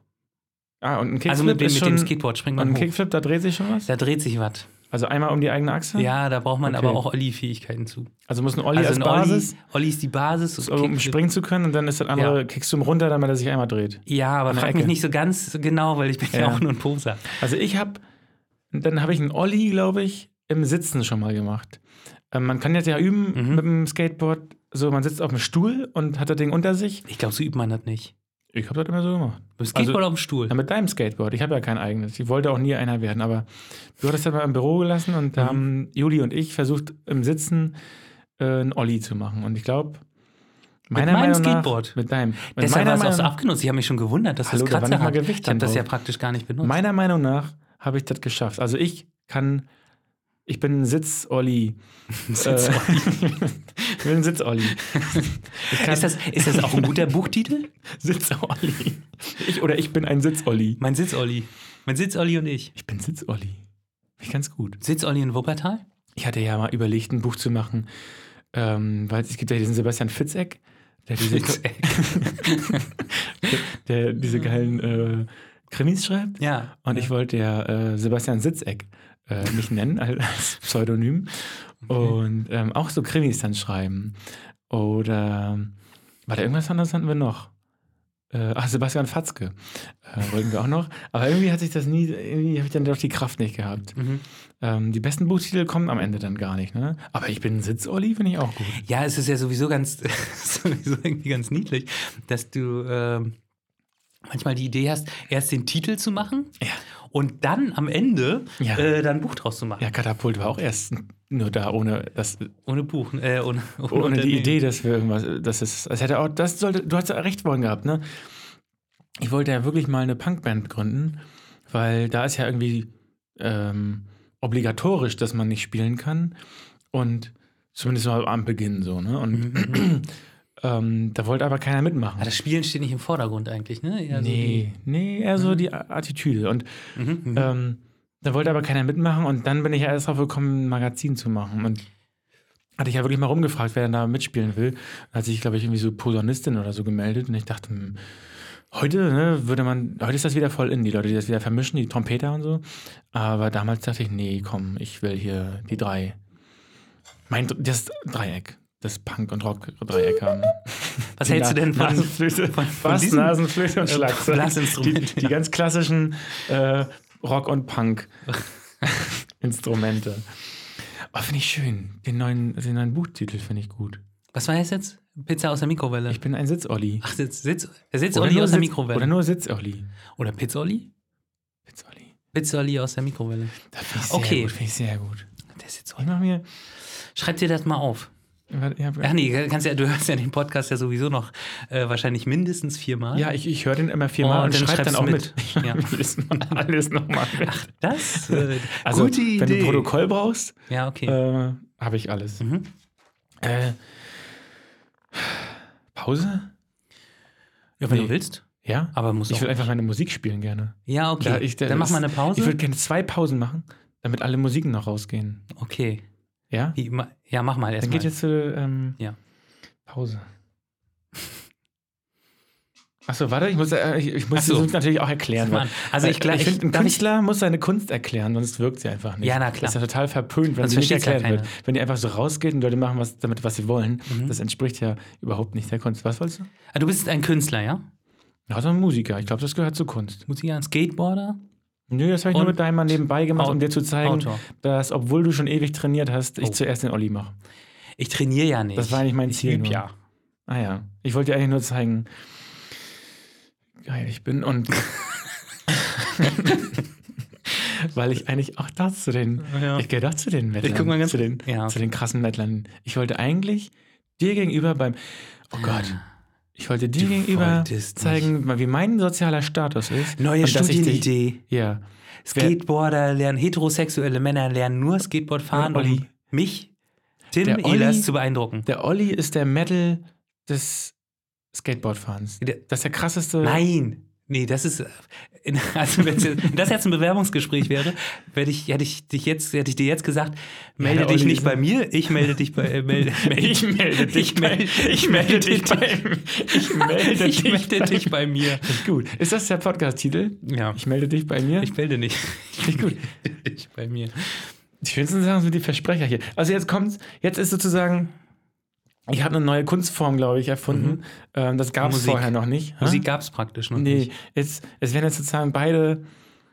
Speaker 1: Ah, und ein Kickflip
Speaker 2: also mit, dem-
Speaker 1: ist
Speaker 2: mit
Speaker 1: schon,
Speaker 2: dem Skateboard springt
Speaker 1: und
Speaker 2: man
Speaker 1: ein
Speaker 2: hoch.
Speaker 1: Kickflip, da dreht sich schon was?
Speaker 2: Da dreht sich was.
Speaker 1: Also einmal um die eigene Achse?
Speaker 2: Ja, da braucht man
Speaker 1: Okay.
Speaker 2: aber auch Olli-Fähigkeiten zu.
Speaker 1: Also muss ein Olli als
Speaker 2: ein
Speaker 1: Basis,
Speaker 2: Olli, Olli ist die Basis. und
Speaker 1: so, um
Speaker 2: Kickflip-
Speaker 1: springen zu können und dann ist das andere, kickst du ihm runter, damit er sich einmal dreht.
Speaker 2: Ja, aber
Speaker 1: an der
Speaker 2: frag mich
Speaker 1: Ecke.
Speaker 2: nicht so ganz genau, weil ich bin ja,
Speaker 1: Ja.
Speaker 2: auch nur ein Poser.
Speaker 1: Also ich habe, dann habe ich einen Olli, glaube ich, im Sitzen schon mal gemacht. Ähm, man kann jetzt ja üben
Speaker 2: Mhm.
Speaker 1: mit dem Skateboard, so man sitzt auf dem Stuhl und hat das Ding unter sich.
Speaker 2: Ich glaube, so übt man das nicht.
Speaker 1: Ich habe das immer so gemacht.
Speaker 2: Beim Skateboard auf dem Stuhl.
Speaker 1: Ja, mit deinem Skateboard. Ich habe ja kein eigenes. Ich wollte auch nie einer werden, aber du hattest das mal im Büro gelassen und da
Speaker 2: Mhm.
Speaker 1: haben Juli und ich versucht, im Sitzen äh, einen Olli zu machen. Und ich glaube, meiner
Speaker 2: meinem
Speaker 1: Meinung
Speaker 2: Skateboard.
Speaker 1: nach. Mit deinem. Mit
Speaker 2: Deshalb war
Speaker 1: meiner
Speaker 2: es auch so
Speaker 1: Meinung-
Speaker 2: abgenutzt. Ich habe mich schon gewundert, dass
Speaker 1: Hallo,
Speaker 2: das
Speaker 1: da war
Speaker 2: Kratzer
Speaker 1: nicht mal
Speaker 2: hat.
Speaker 1: Gewicht
Speaker 2: Ich habe
Speaker 1: dran
Speaker 2: das ja
Speaker 1: drauf.
Speaker 2: praktisch gar nicht benutzt.
Speaker 1: Meiner Meinung nach habe ich das geschafft. Also ich kann, ich bin ein
Speaker 2: (laughs)
Speaker 1: Sitz-Olli. Äh, (laughs) ich bin ein Sitz-Olli. Ich kann
Speaker 2: ist, das, ist das auch ein guter Buchtitel?
Speaker 1: Sitz-Olli. Ich, oder ich bin ein Sitz-Olli.
Speaker 2: Mein Sitz-Olli. Mein Sitz-Olli und ich.
Speaker 1: Ich bin Sitz-Olli. Ich ganz gut.
Speaker 2: Sitz-Olli in Wuppertal?
Speaker 1: Ich hatte ja mal überlegt, ein Buch zu machen, ähm, weil es gibt ja diesen Sebastian Fitzeck, der diese,
Speaker 2: (laughs)
Speaker 1: (laughs) der diese geilen äh, Krimis schreibt.
Speaker 2: ja.
Speaker 1: Und ich wollte ja äh, Sebastian Sitzeck äh, mich nennen als (laughs) Pseudonym. Und ähm, auch so Krimis dann schreiben. Oder war da irgendwas anderes hatten wir noch? Äh, ach, Sebastian Fatzke äh, wollten wir auch noch. Aber irgendwie hat sich das nie, irgendwie habe ich dann doch die Kraft nicht gehabt.
Speaker 2: Mhm.
Speaker 1: Ähm, die besten Buchtitel kommen am Ende dann gar nicht, ne? Aber ich bin ein Sitz-Olli, finde ich auch gut.
Speaker 2: Ja, es ist ja sowieso ganz, (laughs) sowieso irgendwie ganz niedlich, dass du ähm, manchmal die Idee hast, erst den Titel zu machen
Speaker 1: Ja.
Speaker 2: und dann am Ende
Speaker 1: Ja.
Speaker 2: äh, dann ein Buch draus zu machen.
Speaker 1: Ja, Katapult war auch erst nur da, ohne, das,
Speaker 2: Ohne Buch, äh, ohne, ohne,
Speaker 1: ohne die
Speaker 2: Unternehmen.
Speaker 1: Idee, dass wir irgendwas, das ist, das hätte auch, das sollte, du hast ja recht vorhin gehabt, ne? Ich wollte ja wirklich mal eine Punkband gründen, weil da ist ja irgendwie ähm, obligatorisch, dass man nicht spielen kann und zumindest mal am Beginn so, ne? Und
Speaker 2: Mhm.
Speaker 1: (clears throat) ähm, da wollte aber keiner mitmachen.
Speaker 2: Aber Ah, das Spielen steht nicht im Vordergrund eigentlich, ne? Eher so Mhm.
Speaker 1: nee, nee, eher so die Attitüde und
Speaker 2: die- Mhm, mhm.
Speaker 1: Ähm, da wollte aber keiner mitmachen und dann bin ich ja erst drauf gekommen, ein Magazin zu machen. Und hatte ich ja wirklich mal rumgefragt, wer denn da mitspielen will. Da hat sich, glaube ich, irgendwie so Posaunistin oder so gemeldet und ich dachte, hm, heute ne, würde man, heute ist das wieder voll in, die Leute, die das wieder vermischen, die Trompeter und so. Aber damals dachte ich, nee, komm, ich will hier die drei, mein, das Dreieck, das Punk- und Rock-Dreieck haben.
Speaker 2: Was hältst du denn von,
Speaker 1: Nasenflöte,
Speaker 2: von, von
Speaker 1: Bass,
Speaker 2: diesem?
Speaker 1: Nasenflöte und
Speaker 2: äh,
Speaker 1: Schlagzeug.
Speaker 2: Blasinstrument,
Speaker 1: die, die
Speaker 2: ja.
Speaker 1: ganz klassischen äh, Rock- und
Speaker 2: (laughs)
Speaker 1: Punk-Instrumente. Oh, finde ich schön. Den neuen, den neuen Buchtitel finde ich gut.
Speaker 2: Was war das jetzt? Pizza aus der Mikrowelle.
Speaker 1: Ich bin ein Sitz-Olli.
Speaker 2: Ach, Sitz, Sitz, der
Speaker 1: Oder
Speaker 2: Sitz-Olli
Speaker 1: nur
Speaker 2: aus der
Speaker 1: Sitz-
Speaker 2: Mikrowelle.
Speaker 1: Oder nur Sitz-Olli.
Speaker 2: oder Pizza-Olli?
Speaker 1: Sitz-Olli.
Speaker 2: Pizza-Olli aus der Mikrowelle.
Speaker 1: Das finde ich
Speaker 2: Okay.
Speaker 1: sehr gut. Find ich sehr gut.
Speaker 2: Der
Speaker 1: Ich
Speaker 2: Sitz-Olli.
Speaker 1: mache mir,
Speaker 2: Schreib dir das mal auf.
Speaker 1: Warte, ja,
Speaker 2: Ach nee, kannst ja, du hörst ja den Podcast ja sowieso noch äh, wahrscheinlich mindestens viermal.
Speaker 1: ja, ich, ich höre den immer viermal
Speaker 2: Oh,
Speaker 1: und,
Speaker 2: dann
Speaker 1: schreibe dann
Speaker 2: schreibst
Speaker 1: auch
Speaker 2: du
Speaker 1: mit.
Speaker 2: mit. (laughs) Ja.
Speaker 1: (laughs) Wir wissen dann alles nochmal mit.
Speaker 2: Das? Äh,
Speaker 1: also,
Speaker 2: gute
Speaker 1: wenn
Speaker 2: Idee.
Speaker 1: du ein Protokoll brauchst,
Speaker 2: ja, okay.
Speaker 1: äh, habe ich alles.
Speaker 2: Mhm.
Speaker 1: Äh, Pause?
Speaker 2: Ja, wenn
Speaker 1: nee.
Speaker 2: du willst.
Speaker 1: Ja.
Speaker 2: Aber muss
Speaker 1: ich
Speaker 2: auch
Speaker 1: will einfach
Speaker 2: nicht.
Speaker 1: meine Musik spielen gerne.
Speaker 2: Ja, okay.
Speaker 1: Ja, ich-
Speaker 2: Dann mach mal eine Pause.
Speaker 1: Ich würde gerne zwei Pausen machen, damit alle Musiken noch rausgehen.
Speaker 2: okay.
Speaker 1: Ja?
Speaker 2: Wie, ma- ja, mach mal
Speaker 1: Dann
Speaker 2: erstmal.
Speaker 1: geht jetzt äh, ähm,
Speaker 2: Ja.
Speaker 1: Pause. Achso, warte, ich muss, äh, ich, ich muss
Speaker 2: Ach so.
Speaker 1: das natürlich auch erklären. Weil,
Speaker 2: also ich,
Speaker 1: weil
Speaker 2: ich,
Speaker 1: finde, ein
Speaker 2: darf ich
Speaker 1: Künstler muss seine Kunst erklären, sonst wirkt sie einfach nicht.
Speaker 2: Ja, na klar.
Speaker 1: Das ist ja total verpönt, wenn
Speaker 2: Sonst
Speaker 1: sie nicht
Speaker 2: versteht's ja
Speaker 1: erklärt wird. Wenn die einfach so rausgeht und Leute machen was, damit, was sie wollen,
Speaker 2: Mhm.
Speaker 1: das entspricht ja überhaupt nicht der Kunst. Was wolltest du?
Speaker 2: Ah, Du bist ein Künstler, ja?
Speaker 1: Ja, so ein Musiker. Ich glaube, das gehört zur Kunst.
Speaker 2: Musiker, Skateboarder,
Speaker 1: Nö, das habe ich nur
Speaker 2: Und-
Speaker 1: mit deinem Mann nebenbei gemacht, um dir zu zeigen,
Speaker 2: Autor.
Speaker 1: dass, obwohl du schon ewig trainiert hast, ich
Speaker 2: Oh.
Speaker 1: zuerst den Olli mache.
Speaker 2: Ich trainiere ja nicht.
Speaker 1: Das war eigentlich mein
Speaker 2: ich
Speaker 1: Ziel
Speaker 2: üb
Speaker 1: nur.
Speaker 2: ja.
Speaker 1: Ah ja, ich wollte dir eigentlich nur zeigen, wie geil ich bin
Speaker 2: (laughs)
Speaker 1: und weil ich eigentlich auch das zu den,
Speaker 2: Ja.
Speaker 1: ich gehöre doch zu den Mettlern,
Speaker 2: Ich guck mal ganz-
Speaker 1: zu, den,
Speaker 2: Ja.
Speaker 1: zu den krassen Mettlern. Ich wollte eigentlich dir gegenüber beim, oh Gott, ich wollte dir gegenüber
Speaker 2: wolltest
Speaker 1: zeigen, wie mein sozialer Status ist.
Speaker 2: Neue
Speaker 1: und dass ich dich-
Speaker 2: Studienidee.
Speaker 1: Ja,
Speaker 2: Skateboarder lernen, heterosexuelle Männer lernen nur Skateboard fahren,
Speaker 1: Der Olli.
Speaker 2: um mich, Tim
Speaker 1: Der Olli-
Speaker 2: Ehlers, zu beeindrucken.
Speaker 1: der Olli ist der Metal des Skateboardfahrens.
Speaker 2: Der-
Speaker 1: Das ist der krasseste.
Speaker 2: Nein. Nee, das ist. (laughs) Also, wenn das jetzt ein Bewerbungsgespräch wäre, hätte ich, hätte ich, dich jetzt, hätte ich dir jetzt gesagt, melde
Speaker 1: der
Speaker 2: dich
Speaker 1: Olli
Speaker 2: nicht
Speaker 1: ist-
Speaker 2: bei mir, ich melde dich bei. Äh, melde, melde,
Speaker 1: (laughs) Ich
Speaker 2: (laughs)
Speaker 1: melde dich
Speaker 2: ich melde, ich
Speaker 1: melde
Speaker 2: melde
Speaker 1: dich
Speaker 2: dich
Speaker 1: bei-
Speaker 2: bei.
Speaker 1: Ich
Speaker 2: (laughs)
Speaker 1: melde
Speaker 2: ich
Speaker 1: dich
Speaker 2: melde
Speaker 1: bei-
Speaker 2: dich bei mir.
Speaker 1: Finde ich gut. Ist das der Podcast-Titel?
Speaker 2: Ja.
Speaker 1: Ich melde dich bei mir.
Speaker 2: Ich melde nicht. Ich (laughs) gut. Dich bei mir.
Speaker 1: Die schönsten Sachen sind die Versprecher hier. Also jetzt kommt's, jetzt ist sozusagen, ich habe eine neue Kunstform, glaube ich, erfunden. Ähm, das gab es
Speaker 2: Musik.
Speaker 1: vorher noch nicht. Hä?
Speaker 2: Musik gab es praktisch noch
Speaker 1: Nee,
Speaker 2: nicht.
Speaker 1: jetzt, es werden jetzt sozusagen beide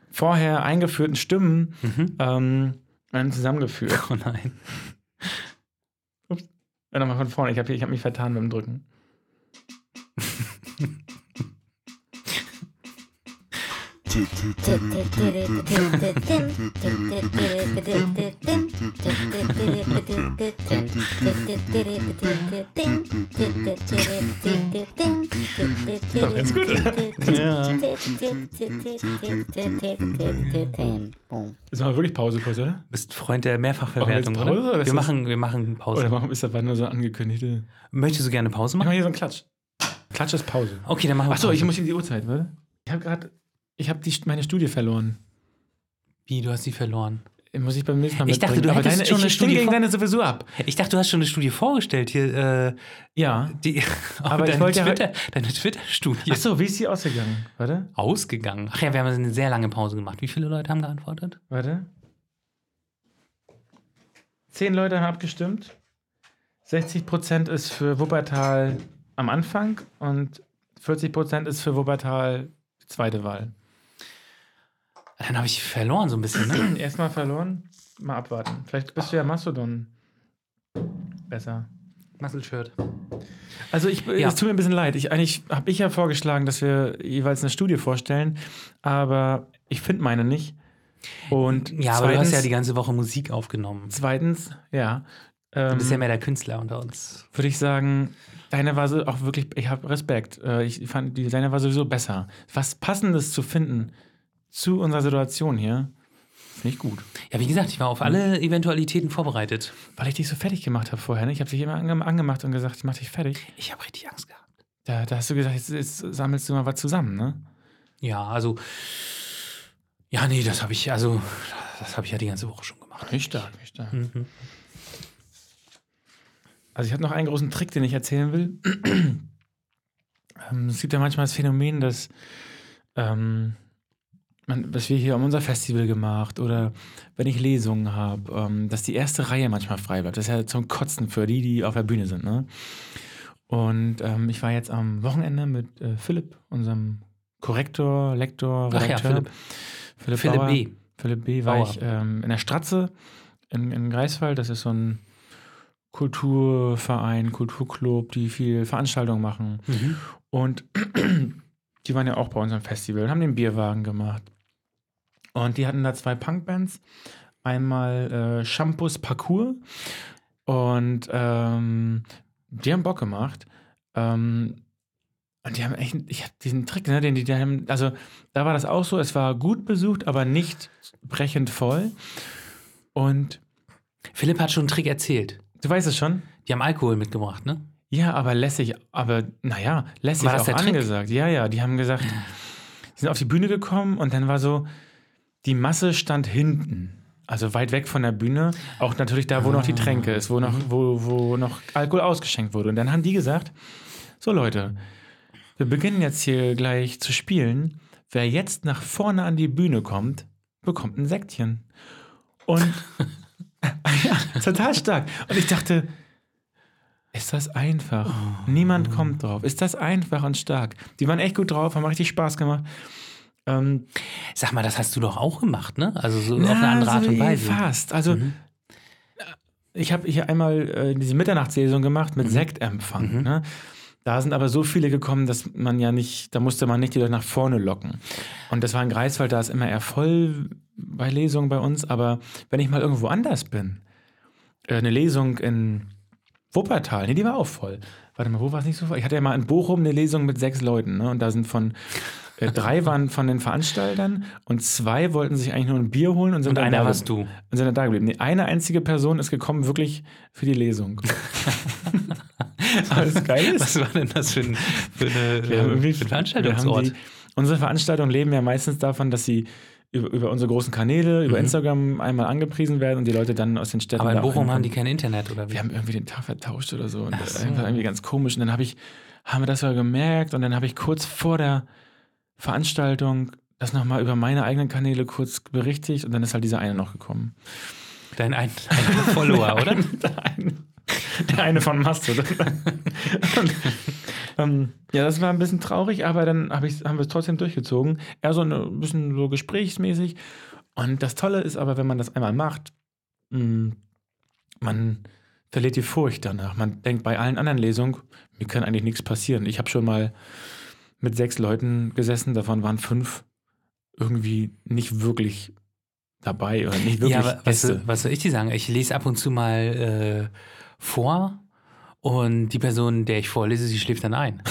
Speaker 1: vorher eingeführten Stimmen
Speaker 2: Mhm.
Speaker 1: ähm, dann zusammengeführt. (laughs)
Speaker 2: Oh nein.
Speaker 1: Ja, nochmal von vorne, ich habe ich hab mich vertan beim Drücken.
Speaker 3: Ist gut. Ja.
Speaker 1: Ist mal wirklich Pause kurz, oder?
Speaker 2: Bist Freund der Mehrfachverwertung,
Speaker 1: Oh, jetzt Pause, oder
Speaker 2: oder?
Speaker 1: ist das-
Speaker 2: Wir machen, wir machen
Speaker 1: Oder
Speaker 2: Pause.
Speaker 1: warum ist das war nur so angekündigte?
Speaker 2: Möchtest du gerne Pause
Speaker 1: Mach
Speaker 2: machen?
Speaker 1: mal hier so einen Klatsch. Klatsch ist Pause.
Speaker 2: Okay, dann machen wir
Speaker 1: Achso, ich
Speaker 2: Pause.
Speaker 1: muss ihm die Uhrzeit, warte. Ich habe gerade, ich habe meine Studie verloren.
Speaker 2: Wie, du hast sie verloren.
Speaker 1: Muss ich beim nächsten Mal
Speaker 2: Ich dachte,
Speaker 1: mitbringen. Aber
Speaker 2: du hättest
Speaker 1: deine,
Speaker 2: schon
Speaker 1: ich stimme
Speaker 2: eine Studie
Speaker 1: gegen
Speaker 2: vor-
Speaker 1: deine sowieso ab.
Speaker 2: Ich dachte, du hast schon eine Studie vorgestellt hier. Äh,
Speaker 1: Ja.
Speaker 2: die, (laughs)
Speaker 1: Aber ich
Speaker 2: deine
Speaker 1: wollte ja
Speaker 2: Twitter, deine Twitter-Studie ist
Speaker 1: Achso, wie ist sie ausgegangen? Warte,
Speaker 2: ausgegangen. Ach ja, wir haben eine sehr lange Pause gemacht. Wie viele Leute haben geantwortet?
Speaker 1: warte. Zehn Leute haben abgestimmt. 60% ist für Wuppertal am Anfang und 40% ist für Wuppertal die zweite Wahl.
Speaker 2: Dann habe ich verloren so ein bisschen. Ne?
Speaker 1: (clears throat) Erstmal verloren, mal abwarten. Vielleicht bist du ja Mastodon besser.
Speaker 2: Muscle Shirt.
Speaker 1: Also ich,
Speaker 2: Ja.
Speaker 1: es tut mir ein bisschen leid. Ich, eigentlich habe ich ja vorgeschlagen, dass wir jeweils eine Studie vorstellen, aber ich finde meine nicht. Und
Speaker 2: Ja, aber du hast ja die ganze Woche Musik aufgenommen.
Speaker 1: zweitens, ja, ähm,
Speaker 2: Du bist ja mehr der Künstler unter uns.
Speaker 1: würde ich sagen, deine war so auch wirklich, ich habe Respekt. Äh, Ich fand, die deine war sowieso besser. Was Passendes zu finden zu unserer Situation hier, finde ich gut.
Speaker 2: Ja, wie gesagt, ich war auf alle Eventualitäten vorbereitet.
Speaker 1: Weil ich dich so fertig gemacht habe vorher. Ne? Ich habe dich immer ange angemacht und gesagt, ich mache dich fertig.
Speaker 2: Ich habe richtig Angst gehabt.
Speaker 1: Da, da hast du gesagt, jetzt, jetzt sammelst du mal was zusammen, ne?
Speaker 2: Ja, also. Ja, nee, das habe ich, also, das habe ich ja die ganze Woche schon gemacht.
Speaker 1: Nicht stark, nicht stark. Also ich habe noch einen großen Trick, den ich erzählen will. (clears throat) ähm, es gibt ja manchmal das Phänomen, dass ähm, man, was wir hier haben unser Festival gemacht oder wenn ich Lesungen habe, ähm, dass die erste Reihe manchmal frei bleibt. Das ist ja zum Kotzen für die, die auf der Bühne sind. Ne? Und ähm, ich war jetzt am Wochenende mit äh, Philipp, unserem Korrektor, Lektor,
Speaker 2: Ach ja,
Speaker 1: Redakteur.
Speaker 2: Philipp.
Speaker 1: Philipp,
Speaker 2: Philipp
Speaker 1: Bauer.
Speaker 2: B.
Speaker 1: Philipp B. war
Speaker 2: Bauer.
Speaker 1: ich ähm, in der Stratze in, in Greifswald. Das ist so ein Kulturverein, Kulturclub, die viel Veranstaltungen machen.
Speaker 2: Mhm.
Speaker 1: Und (clears throat) die waren ja auch bei unserem Festival und haben den Bierwagen gemacht. Und die hatten da zwei Punkbands. Einmal äh, Shampoos Parcours. Und ähm, die haben Bock gemacht. Ähm, und die haben echt, ich habe diesen Trick, ne, den die da haben, also da war das auch so, es war gut besucht, aber nicht brechend voll. Und
Speaker 2: Philipp hat schon einen Trick erzählt.
Speaker 1: du weißt es schon?
Speaker 2: Die haben Alkohol mitgebracht, ne?
Speaker 1: Ja, aber lässig, aber naja, lässig
Speaker 2: War
Speaker 1: war
Speaker 2: das
Speaker 1: das auch
Speaker 2: der Trick?
Speaker 1: angesagt. Ja, ja, die haben gesagt, sind auf die Bühne gekommen und dann war so, die Masse stand hinten. Also weit weg von der Bühne, auch natürlich da, wo noch die Tränke ist, wo noch,
Speaker 2: Mhm.
Speaker 1: wo, wo noch Alkohol ausgeschenkt wurde. Und dann haben die gesagt, so Leute, wir beginnen jetzt hier gleich zu spielen. Wer jetzt nach vorne an die Bühne kommt, bekommt ein Sektchen.
Speaker 2: (laughs)
Speaker 1: Und (laughs) ja, total stark. Und ich dachte, ist das einfach?
Speaker 2: Oh.
Speaker 1: Niemand kommt drauf. Ist das einfach und stark? Die waren echt gut drauf, haben richtig Spaß gemacht. Ähm,
Speaker 2: Sag mal, das hast du doch auch gemacht, ne? Also so auf eine andere Art
Speaker 1: so
Speaker 2: und Weise. Mhm.
Speaker 1: Fast. Also, ich habe hier einmal äh, diese Mitternachtslesung gemacht
Speaker 2: Mhm.
Speaker 1: mit Sektempfang. Ne? Da sind aber so viele gekommen, dass man ja nicht, da musste man nicht die Leute nach vorne locken. Und das war in Greifswald, da ist immer eher voll bei Lesungen bei uns. Aber wenn ich mal irgendwo anders bin, äh, eine Lesung in Wuppertal, nee, die war auch voll. Warte mal, wo war es nicht so voll? Ich hatte ja mal in Bochum eine Lesung mit sechs Leuten. Ne? Und da sind von äh,
Speaker 2: (laughs)
Speaker 1: drei waren von den Veranstaltern und zwei wollten sich eigentlich nur ein Bier holen und sind
Speaker 2: Und
Speaker 1: dann
Speaker 2: einer
Speaker 1: da
Speaker 2: warst du.
Speaker 1: und sind dann da geblieben. Nee, eine einzige Person ist gekommen, wirklich für die
Speaker 2: (laughs)
Speaker 1: Lesung. Aber das Geile ist,
Speaker 2: Was war denn das für, ein, für
Speaker 1: (laughs)
Speaker 2: eine,
Speaker 1: wir haben irgendwie
Speaker 2: für
Speaker 1: wir
Speaker 2: ein
Speaker 1: haben
Speaker 2: Veranstaltungsort?
Speaker 1: die- Unsere Veranstaltungen leben ja meistens davon, dass sie über, über unsere großen Kanäle, über Instagram einmal angepriesen werden und die Leute dann aus den Städten.
Speaker 2: Mhm. Aber in
Speaker 1: da auch
Speaker 2: Bochum haben die
Speaker 1: hinkommen.
Speaker 2: kein Internet, oder wie?
Speaker 1: Wir haben irgendwie den Tag vertauscht oder so. Und das war irgendwie ganz komisch. Und dann habe ich, haben wir das ja gemerkt und dann habe ich kurz vor der Veranstaltung das nochmal über meine eigenen Kanäle kurz berichtigt und dann ist halt dieser eine noch gekommen.
Speaker 2: Dein ein,
Speaker 1: (laughs)
Speaker 2: ein Follower, oder?
Speaker 1: Der eine, der eine von
Speaker 2: (laughs)
Speaker 1: Mastodon. Und, ähm, ja, das war ein bisschen traurig, aber dann hab ich, haben wir es trotzdem durchgezogen. Eher so ein äh, bisschen so gesprächsmäßig. Und das Tolle ist aber, wenn man das einmal macht, mh, man verliert die Furcht danach. Man denkt bei allen anderen Lesungen, mir kann eigentlich nichts passieren. Ich habe schon mal mit sechs Leuten gesessen, davon waren fünf irgendwie nicht wirklich dabei oder nicht wirklich
Speaker 2: Ja, aber was,
Speaker 1: Gäste.
Speaker 2: was soll ich dir sagen? Ich lese ab und zu mal äh, vor und die Person, der ich vorlese, sie schläft dann ein.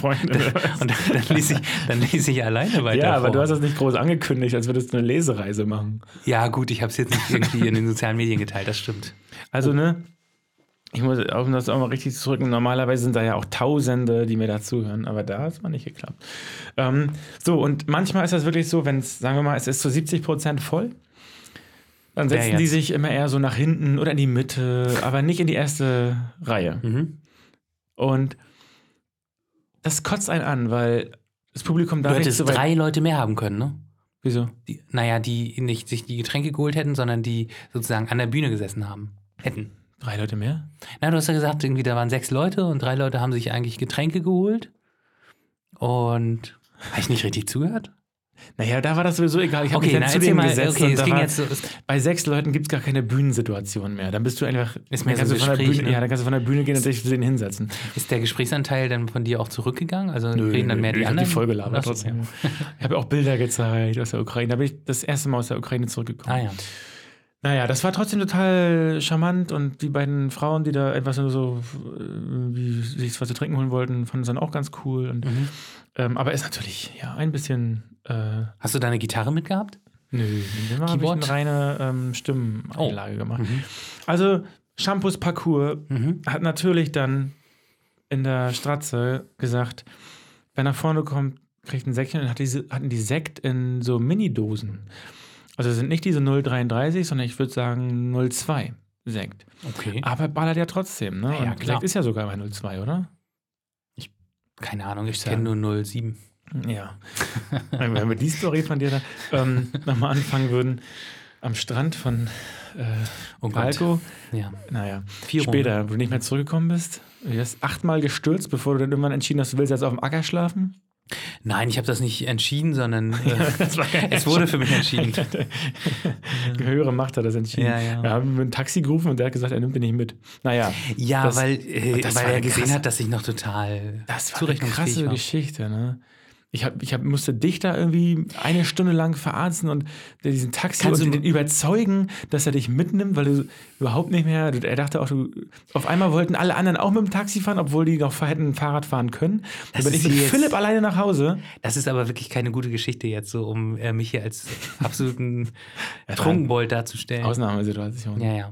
Speaker 1: Freunde.
Speaker 2: (laughs)
Speaker 1: (laughs)
Speaker 2: Und dann, dann, lese ich, dann lese ich alleine weiter
Speaker 1: Ja,
Speaker 2: vor.
Speaker 1: aber du hast das nicht groß angekündigt, als würdest du eine Lesereise machen.
Speaker 2: ja, gut, ich habe es jetzt nicht irgendwie in den sozialen Medien geteilt, das stimmt.
Speaker 1: Also, ne? Ich muss, um das auch mal richtig zu drücken, normalerweise sind da ja auch Tausende, die mir da zuhören, aber da hat es mal nicht geklappt. Ähm, so, und manchmal ist das wirklich so, wenn es, sagen wir mal, es ist zu 70 Prozent voll, dann
Speaker 2: Wer
Speaker 1: setzen die
Speaker 2: jetzt?
Speaker 1: sich immer eher so nach hinten oder in die Mitte, aber nicht in die erste Reihe.
Speaker 2: Mhm.
Speaker 1: Und das kotzt einen an, weil das Publikum da
Speaker 2: Du
Speaker 1: nicht
Speaker 2: hättest
Speaker 1: so weit-
Speaker 2: drei Leute mehr haben können, ne?
Speaker 1: Wieso?
Speaker 2: Die, naja, die nicht sich die Getränke geholt hätten, sondern die sozusagen an der Bühne gesessen haben. Hätten.
Speaker 1: Drei Leute mehr?
Speaker 2: Na, du hast ja gesagt, irgendwie da waren sechs Leute und drei Leute haben sich eigentlich Getränke geholt. Und. Habe ich nicht richtig zugehört?
Speaker 1: Naja, da war das sowieso egal. Ich habe mich
Speaker 2: Okay, na,
Speaker 1: dann zu
Speaker 2: erzähl
Speaker 1: denen
Speaker 2: mal.
Speaker 1: gesetzt
Speaker 2: Okay,
Speaker 1: und
Speaker 2: es
Speaker 1: da
Speaker 2: ging
Speaker 1: war,
Speaker 2: jetzt so. Es,
Speaker 1: Bei sechs Leuten gibt es gar keine Bühnensituation mehr. Dann bist du einfach.
Speaker 2: Ist mehr
Speaker 1: dann kannst
Speaker 2: so
Speaker 1: du von der
Speaker 2: Gespräch,
Speaker 1: Bühne,
Speaker 2: ne?
Speaker 1: Ja, dann kannst du von der Bühne gehen und dich für den hinsetzen.
Speaker 2: Ist der Gesprächsanteil dann von dir auch zurückgegangen? Also reden dann mehr die
Speaker 1: ich hab
Speaker 2: anderen?
Speaker 1: die Folge labert
Speaker 2: Ach so.
Speaker 1: trotzdem. (laughs) Ich habe auch Bilder gezeigt aus der Ukraine. Da bin ich das erste Mal aus der Ukraine zurückgekommen.
Speaker 2: Ah ja.
Speaker 1: Naja, das war trotzdem total charmant und die beiden Frauen, die da etwas nur so, äh, wie sich was zu trinken holen wollten, fanden es dann auch ganz cool. Und,
Speaker 2: Mhm.
Speaker 1: ähm, aber ist natürlich ja ein bisschen. Äh,
Speaker 2: Hast du deine Gitarre mitgehabt?
Speaker 1: nö, da habe ich
Speaker 2: Keyboard? Oh.
Speaker 1: eine reine ähm, Stimmeneinlage gemacht. Also Shampoos Parcours
Speaker 2: Mhm.
Speaker 1: hat natürlich dann in der Stratze gesagt, wer nach vorne kommt, kriegt ein Säckchen und hat diese, hatten die Sekt in so Minidosen. Also sind nicht diese 0,33, sondern ich würde sagen 0,2 Sekt.
Speaker 2: Okay.
Speaker 1: Aber ballert ja trotzdem, ne?
Speaker 2: Ja,
Speaker 1: Und
Speaker 2: klar.
Speaker 1: Sekt ist ja sogar bei 0,2, oder?
Speaker 2: Keine Ahnung, ich
Speaker 1: Ja.
Speaker 2: kenne nur 07.
Speaker 1: Ja. (laughs) Wenn wir die Story von dir da ähm, nochmal anfangen würden, am Strand von äh,
Speaker 2: Oh Gott.
Speaker 1: Palco,
Speaker 2: Ja.
Speaker 1: naja.
Speaker 2: Vier
Speaker 1: Später, wo du nicht mehr zurückgekommen bist. Du hast achtmal gestürzt, bevor du dann irgendwann entschieden hast, du willst jetzt auf dem Acker schlafen.
Speaker 2: Nein, ich habe das nicht
Speaker 1: (laughs)
Speaker 2: entschieden, sondern äh,
Speaker 1: Das war ja
Speaker 2: es wurde für mich entschieden.
Speaker 1: Die höhere Macht hat das entschieden.
Speaker 2: Ja, ja.
Speaker 1: Wir haben ein Taxi gerufen und der hat gesagt, er nimmt den nicht mit. Naja,
Speaker 2: Ja,
Speaker 1: Das- oh,
Speaker 2: weil, äh,
Speaker 1: das war
Speaker 2: weil er
Speaker 1: eine
Speaker 2: gesehen
Speaker 1: krasse-
Speaker 2: hat, dass ich noch total
Speaker 1: das war eine
Speaker 2: zurechnungsfähig
Speaker 1: krasse
Speaker 2: war.
Speaker 1: Geschichte. Ne? Ich, hab, ich hab, musste dich da irgendwie eine Stunde lang verarzen und diesen Taxi
Speaker 2: Kannst
Speaker 1: und
Speaker 2: du-
Speaker 1: den überzeugen, dass er dich mitnimmt, weil du überhaupt nicht mehr. Er dachte auch, du. Auf einmal wollten alle anderen auch mit dem Taxi fahren, obwohl die noch hätten Fahrrad fahren können. Da
Speaker 2: Das
Speaker 1: bin ich
Speaker 2: ist
Speaker 1: mit
Speaker 2: jetzt-
Speaker 1: Philipp alleine nach Hause.
Speaker 2: Das ist aber wirklich keine gute Geschichte jetzt, so um äh, mich hier als absoluten
Speaker 1: (laughs) Ja,
Speaker 2: Trunkenbold darzustellen.
Speaker 1: Ausnahmesituation.
Speaker 2: ja, ja.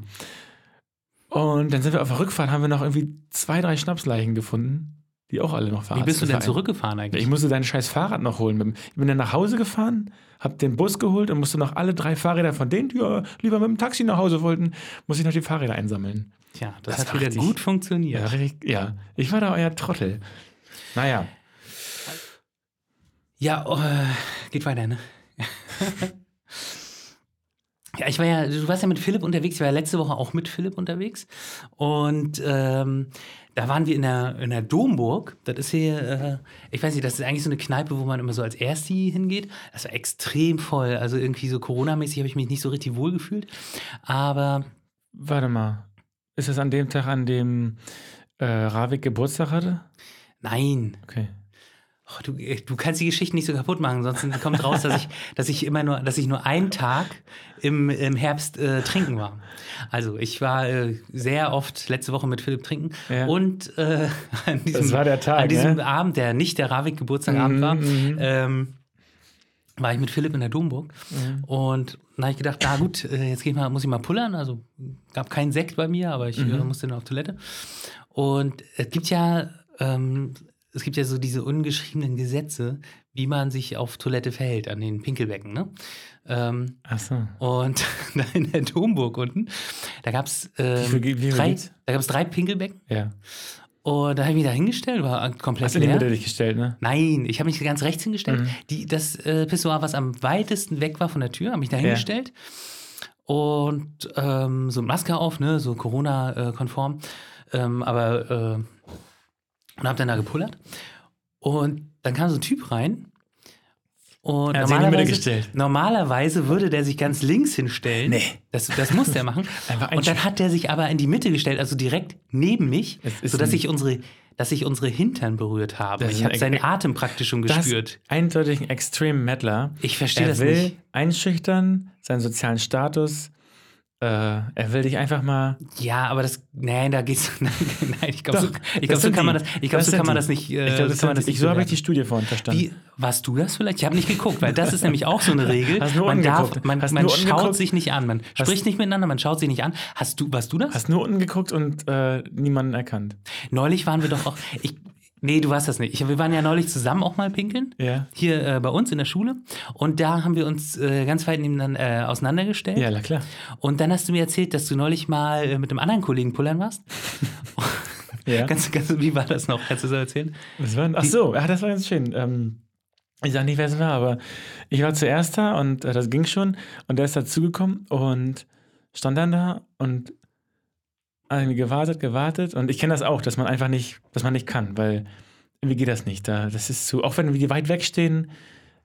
Speaker 1: Und dann sind wir auf der Rückfahrt, haben wir noch irgendwie zwei, drei Schnapsleichen gefunden, die auch alle noch
Speaker 2: Wie
Speaker 1: verarztet
Speaker 2: bist du denn
Speaker 1: waren.
Speaker 2: zurückgefahren
Speaker 1: Ja,
Speaker 2: eigentlich?
Speaker 1: Ich musste dein scheiß Fahrrad noch holen. Mit dem- Ich bin dann nach Hause gefahren, hab den Bus geholt und musste noch alle drei Fahrräder von denen, die ja lieber mit dem Taxi nach Hause wollten, musste ich noch die Fahrräder einsammeln.
Speaker 2: Tja, das,
Speaker 1: Das
Speaker 2: hat wieder
Speaker 1: dachte ich.
Speaker 2: gut funktioniert.
Speaker 1: Ja, richtig, ja. ich war da euer Trottel. Naja,
Speaker 2: Ja, oh, äh, geht weiter, ne? ja, ich war ja, du warst ja mit Philipp unterwegs. Ich war ja letzte Woche auch mit Philipp unterwegs. Und ähm, da waren wir in der, in der Domburg. Das ist hier, äh, ich weiß nicht, das ist eigentlich so eine Kneipe, wo man immer so als Ersti hingeht. Das war extrem voll. Also irgendwie so Corona-mäßig habe ich mich nicht so richtig wohl gefühlt. Aber
Speaker 1: warte mal. Ist das an dem Tag, an dem äh, Ravik Geburtstag hatte?
Speaker 2: nein,
Speaker 1: Okay.
Speaker 2: Oh, Du, äh, du kannst die Geschichten nicht so kaputt machen, sonst kommt
Speaker 1: (laughs)
Speaker 2: raus, dass ich, dass ich immer nur, dass ich nur einen Tag im, im Herbst äh, trinken war. Also ich war äh, sehr oft letzte Woche mit Philipp trinken
Speaker 1: Ja.
Speaker 2: und äh, an diesem,
Speaker 1: war der Tag,
Speaker 2: an diesem
Speaker 1: ne?
Speaker 2: Abend, der nicht der Ravik Geburtstagabend
Speaker 1: Mhm,
Speaker 2: war, ähm, war ich mit Philipp in der Domburg
Speaker 1: Mhm.
Speaker 2: und dann habe ich gedacht, na gut, äh, jetzt geh ich mal, muss ich mal pullern. Also gab keinen Sekt bei mir, aber ich äh,
Speaker 1: Mhm.
Speaker 2: musste dann auf Toilette. Und es gibt ja, ähm, es gibt ja so diese ungeschriebenen Gesetze, wie man sich auf Toilette verhält, an den Pinkelbecken. Ne? Ähm,
Speaker 1: Achso.
Speaker 2: und (laughs) da in der Domburg unten, da gab es
Speaker 1: viel- wie viel
Speaker 2: drei,
Speaker 1: gibt's?
Speaker 2: da gab's drei Pinkelbecken.
Speaker 1: Ja.
Speaker 2: Und da habe ich mich da hingestellt, war komplett
Speaker 1: Hast du die
Speaker 2: leer.
Speaker 1: Mitte dich gestellt, ne?
Speaker 2: Nein, ich habe mich ganz rechts
Speaker 1: Mhm.
Speaker 2: hingestellt. Die, das äh, Pissoir, was am weitesten weg war von der Tür, habe mich da hingestellt. Und ähm, so Maske auf, ne, so Corona-konform. Ähm, aber äh, und habe dann da gepullert. Und dann kam so ein Typ rein. Und
Speaker 1: Er hat sich in die Mitte
Speaker 2: normalerweise,
Speaker 1: gestellt.
Speaker 2: normalerweise würde der sich ganz links hinstellen. Nee. Das, das muss der machen.
Speaker 1: (laughs) Einfach
Speaker 2: und dann hat der sich aber in die Mitte gestellt, also direkt neben mich,
Speaker 1: Es ist
Speaker 2: sodass
Speaker 1: ein-
Speaker 2: ich unsere, dass ich unsere Hintern berührt habe.
Speaker 1: Das ist
Speaker 2: Ich
Speaker 1: ein-
Speaker 2: habe seinen Atem praktisch schon gespürt.
Speaker 1: Das eindeutig ein extrem Mettler.
Speaker 2: Ich verstehe
Speaker 1: er
Speaker 2: das
Speaker 1: will
Speaker 2: nicht.
Speaker 1: einschüchtern, seinen sozialen Status. Äh, er will dich einfach mal.
Speaker 2: Ja, aber das, nein, da geht's, (laughs) nein, nein ich glaube,
Speaker 1: Doch,
Speaker 2: so, ich glaub,
Speaker 1: das
Speaker 2: so
Speaker 1: sind
Speaker 2: kann man
Speaker 1: die.
Speaker 2: das, ich glaub, so
Speaker 1: sind
Speaker 2: kann man
Speaker 1: die.
Speaker 2: das nicht, äh,
Speaker 1: ich glaube, das
Speaker 2: so kann
Speaker 1: kann
Speaker 2: man das nicht
Speaker 1: ich, so habe ich
Speaker 2: bewerten.
Speaker 1: die Studie vorhin verstanden.
Speaker 2: Wie, warst du das vielleicht? Ich habe nicht geguckt, weil das ist nämlich
Speaker 1: (laughs)
Speaker 2: auch so eine Regel.
Speaker 1: Hast nur
Speaker 2: man darf,
Speaker 1: angeguckt.
Speaker 2: man,
Speaker 1: Hast
Speaker 2: man
Speaker 1: nur
Speaker 2: schaut
Speaker 1: angeguckt.
Speaker 2: sich nicht an, man spricht nicht miteinander, man schaut sich nicht an. Hast du, warst du das?
Speaker 1: Hast nur unten geguckt und äh, niemanden erkannt.
Speaker 2: Neulich waren wir doch auch, ich, nee, du warst das nicht. Ich, wir waren ja neulich zusammen auch mal pinkeln.
Speaker 1: Ja.
Speaker 2: Hier äh, bei uns in der Schule. Und da haben wir uns äh, ganz weit nebeneinander äh, auseinandergestellt.
Speaker 1: Ja, na klar.
Speaker 2: Und dann hast du mir erzählt, dass du neulich mal äh, mit einem anderen Kollegen pullern warst.
Speaker 1: (laughs) Ja.
Speaker 2: Kannst, du- kannst, du- wie war das noch? Kannst du das erzählen?
Speaker 1: Das war, ach so, ja, das war ganz schön. Ähm, ich sag nicht, wer es war, aber ich war zuerst da und äh, das ging schon. Und der ist dazugekommen und stand dann da und hat irgendwie gewartet, gewartet. Und ich kenne das auch, dass man einfach nicht, dass man nicht kann, weil irgendwie geht das nicht. Da, das ist zu, auch wenn wir weit wegstehen,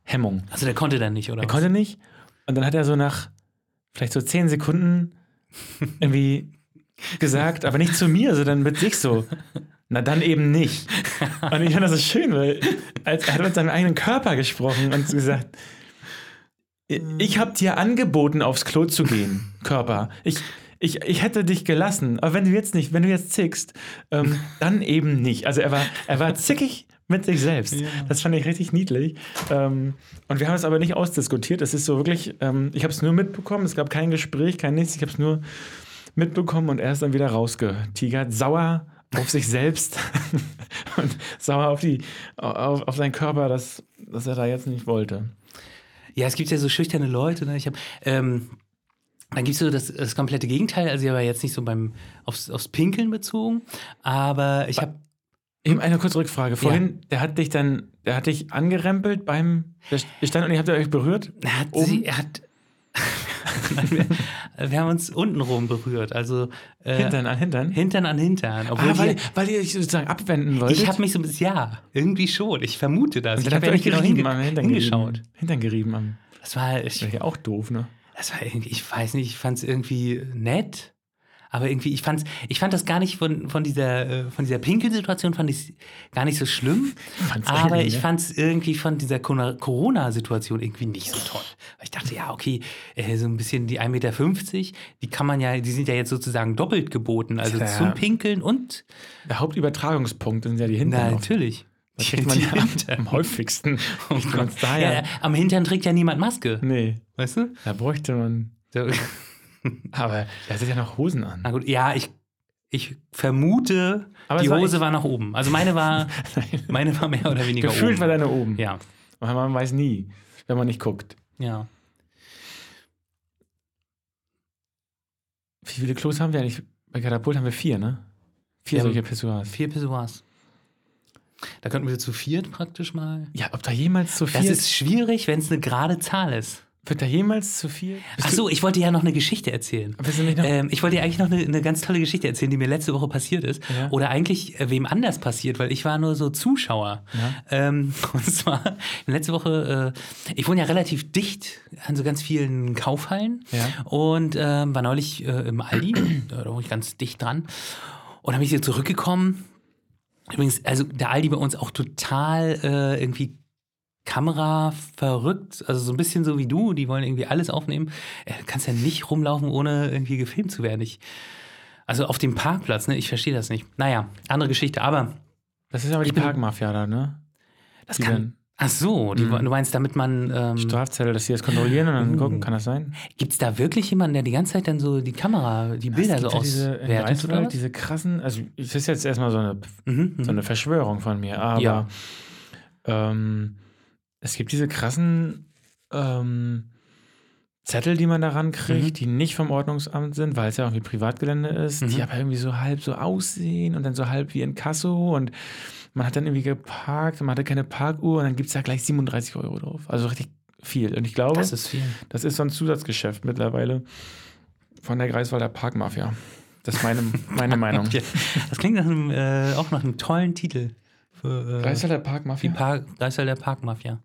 Speaker 1: Hemmung.
Speaker 2: Also der konnte dann nicht, oder?
Speaker 1: Er
Speaker 2: was?
Speaker 1: konnte nicht. Und dann hat er so nach vielleicht so zehn
Speaker 2: (laughs)
Speaker 1: Sekunden irgendwie gesagt, aber nicht zu mir, sondern mit sich so. Na dann eben
Speaker 2: (laughs)
Speaker 1: nicht. Und ich fand das so schön, weil als er hat mit seinem eigenen Körper gesprochen und so gesagt, ich habe dir angeboten, aufs Klo zu gehen, Körper. Ich, ich, ich hätte dich gelassen, aber wenn du jetzt nicht, wenn du jetzt zickst, ähm, dann eben nicht. Also er war, er war zickig mit sich selbst. Das fand ich richtig niedlich. Ähm, und wir haben es aber nicht ausdiskutiert. Es ist so wirklich, ähm, ich habe es nur mitbekommen, es gab kein Gespräch, kein nichts. Ich habe es nur mitbekommen und er ist dann wieder rausgetigert, sauer auf sich selbst (laughs) und sauer auf, die, auf, auf seinen Körper, dass, dass er da jetzt nicht wollte.
Speaker 2: Ja, es gibt ja so schüchterne Leute. Ne? Ich hab, ähm, dann gibt es so das, das komplette Gegenteil. Also ich war jetzt nicht so beim aufs, aufs Pinkeln bezogen, aber ich habe
Speaker 1: Eben eine kurze Rückfrage. Vorhin, der hat dich dann, der hat dich angerempelt beim, der stand und ihr habt euch berührt.
Speaker 2: Er hat,
Speaker 1: Oben?
Speaker 2: sie, er hat (laughs) Nein, wir, wir haben uns untenrum berührt, also äh,
Speaker 1: Hintern an Hintern.
Speaker 2: Hintern an Hintern. Obwohl
Speaker 1: ah, weil,
Speaker 2: die,
Speaker 1: weil ihr euch sozusagen abwenden wolltet.
Speaker 2: ich habe mich so ein bisschen, ja, irgendwie schon. Ich vermute das.
Speaker 1: und
Speaker 2: ich
Speaker 1: dann habt
Speaker 2: habe
Speaker 1: ihr
Speaker 2: ja
Speaker 1: euch
Speaker 2: nicht genau
Speaker 1: gerieben,
Speaker 2: hinge
Speaker 1: am Hintern
Speaker 2: hingeschaut.
Speaker 1: Gerieben. Hintern gerieben am.
Speaker 2: Das war, ich,
Speaker 1: Das wäre ja auch doof, ne?
Speaker 2: das war irgendwie, ich weiß nicht, ich fand es irgendwie nett, Aber irgendwie, ich, fand's, ich fand das gar nicht von, von dieser, äh, von dieser Pinkel-Situation fand ich gar nicht
Speaker 1: (laughs)
Speaker 2: so schlimm.
Speaker 4: Fand's
Speaker 2: aber
Speaker 4: irgendwie,
Speaker 2: ich
Speaker 4: ne?
Speaker 2: fand es irgendwie von dieser Corona- Corona-Situation irgendwie nicht so toll. Weil Ich dachte, ja, okay, äh, so ein bisschen die 1,50 Meter, die kann man ja, die sind ja jetzt sozusagen doppelt geboten. Also
Speaker 1: Tja.
Speaker 2: zum Pinkeln und
Speaker 1: Der Hauptübertragungspunkt sind ja die
Speaker 2: na,
Speaker 1: Hintern. oft.
Speaker 2: natürlich.
Speaker 1: Da kriegt
Speaker 2: (laughs)
Speaker 1: man ja (laughs) am häufigsten.
Speaker 2: Oh
Speaker 1: Kriegt
Speaker 2: Gott.
Speaker 1: man's da
Speaker 2: ja,
Speaker 1: ja.
Speaker 2: ja, am Hintern trägt ja niemand Maske.
Speaker 1: Nee,
Speaker 2: Weißt du?
Speaker 1: da bräuchte man.
Speaker 2: So-
Speaker 1: (laughs) Aber da sind ja noch Hosen an. (laughs)
Speaker 2: Na gut, ja, ich, ich vermute,
Speaker 1: Aber
Speaker 2: die
Speaker 1: es war
Speaker 2: Hose
Speaker 1: echt-
Speaker 2: war nach oben. Also meine
Speaker 1: (laughs)
Speaker 2: war, meine war mehr oder weniger
Speaker 1: Gefühlt
Speaker 2: oben.
Speaker 1: war deine oben.
Speaker 2: ja,
Speaker 1: Weil man weiß nie, wenn man nicht guckt.
Speaker 2: ja.
Speaker 1: Wie viele Klos haben wir eigentlich? Bei Katapult haben wir vier, ne? Vier
Speaker 2: Ja,
Speaker 1: solche Pissoirs.
Speaker 2: Vier Pissoirs. Da könnten wir zu viert praktisch mal.
Speaker 1: Ja, ob da jemals zu
Speaker 2: Das
Speaker 1: vier
Speaker 2: ist schwierig, wenn es eine gerade Zahl ist.
Speaker 1: Wird da jemals zu vier? Bist
Speaker 2: Ach so, ich wollte ja noch eine Geschichte erzählen.
Speaker 1: Du, bist du nicht noch?
Speaker 2: Ähm, ich wollte dir eigentlich noch eine, eine ganz tolle Geschichte erzählen, die mir letzte Woche passiert ist.
Speaker 1: Ja.
Speaker 2: Oder eigentlich äh, wem anders passiert, weil ich war nur so Zuschauer.
Speaker 1: Ja.
Speaker 2: Ähm, (laughs) und zwar letzte Woche, äh, ich wohne ja relativ dicht an so ganz vielen Kaufhallen
Speaker 1: Ja.
Speaker 2: und ähm, war neulich äh, im Aldi,
Speaker 1: (clears throat)
Speaker 2: da wohne ich ganz dicht dran. Und dann bin ich hier zurückgekommen. Übrigens, also der Aldi bei uns auch total äh, irgendwie Kamera verrückt, also so ein bisschen so wie du, die wollen irgendwie alles aufnehmen. Äh, Du kannst ja nicht rumlaufen, ohne irgendwie gefilmt zu werden. Ich, also auf dem Parkplatz, ne? Ich verstehe das nicht. Naja, andere Geschichte, aber
Speaker 1: das ist aber die
Speaker 2: bin-
Speaker 1: Parkmafia da, ne?
Speaker 2: das
Speaker 1: Die
Speaker 2: kann.
Speaker 1: werden-
Speaker 2: Ach so,
Speaker 1: Mhm.
Speaker 2: die, wo- du meinst, damit man. Ähm,
Speaker 1: Strafzettel, dass sie das kontrollieren und dann
Speaker 2: Uh.
Speaker 1: gucken, kann das sein?
Speaker 2: Gibt es da wirklich jemanden, der die ganze Zeit dann so die Kamera, die Bilder
Speaker 1: Es
Speaker 2: so
Speaker 1: gibt ja diese, in
Speaker 2: auswertet? also oder
Speaker 1: Greifswald,
Speaker 2: was?
Speaker 1: diese krassen, also es ist jetzt erstmal so eine,
Speaker 2: Mhm,
Speaker 1: so
Speaker 2: mhm.
Speaker 1: eine Verschwörung von mir, aber
Speaker 2: Ja.
Speaker 1: ähm, es gibt diese krassen ähm, Zettel, die man daran kriegt,
Speaker 2: Mhm.
Speaker 1: die nicht vom Ordnungsamt sind, weil es ja irgendwie Privatgelände ist,
Speaker 2: Mhm.
Speaker 1: die aber irgendwie so halb so aussehen und dann so halb wie in Kasso und man hat dann irgendwie geparkt, man hatte keine Parkuhr und dann gibt es ja gleich 37 Euro drauf. Also richtig viel. Und ich glaube,
Speaker 2: das ist viel.
Speaker 1: das ist so ein Zusatzgeschäft mittlerweile von der Greifswalder Parkmafia. Das ist meine,
Speaker 2: (laughs)
Speaker 1: meine Meinung.
Speaker 2: Ja. Das klingt nach einem, äh, auch nach einem tollen Titel. Für, äh,
Speaker 1: Greifswalder
Speaker 2: die
Speaker 1: Parkmafia?
Speaker 2: Park, Greifswalder Parkmafia.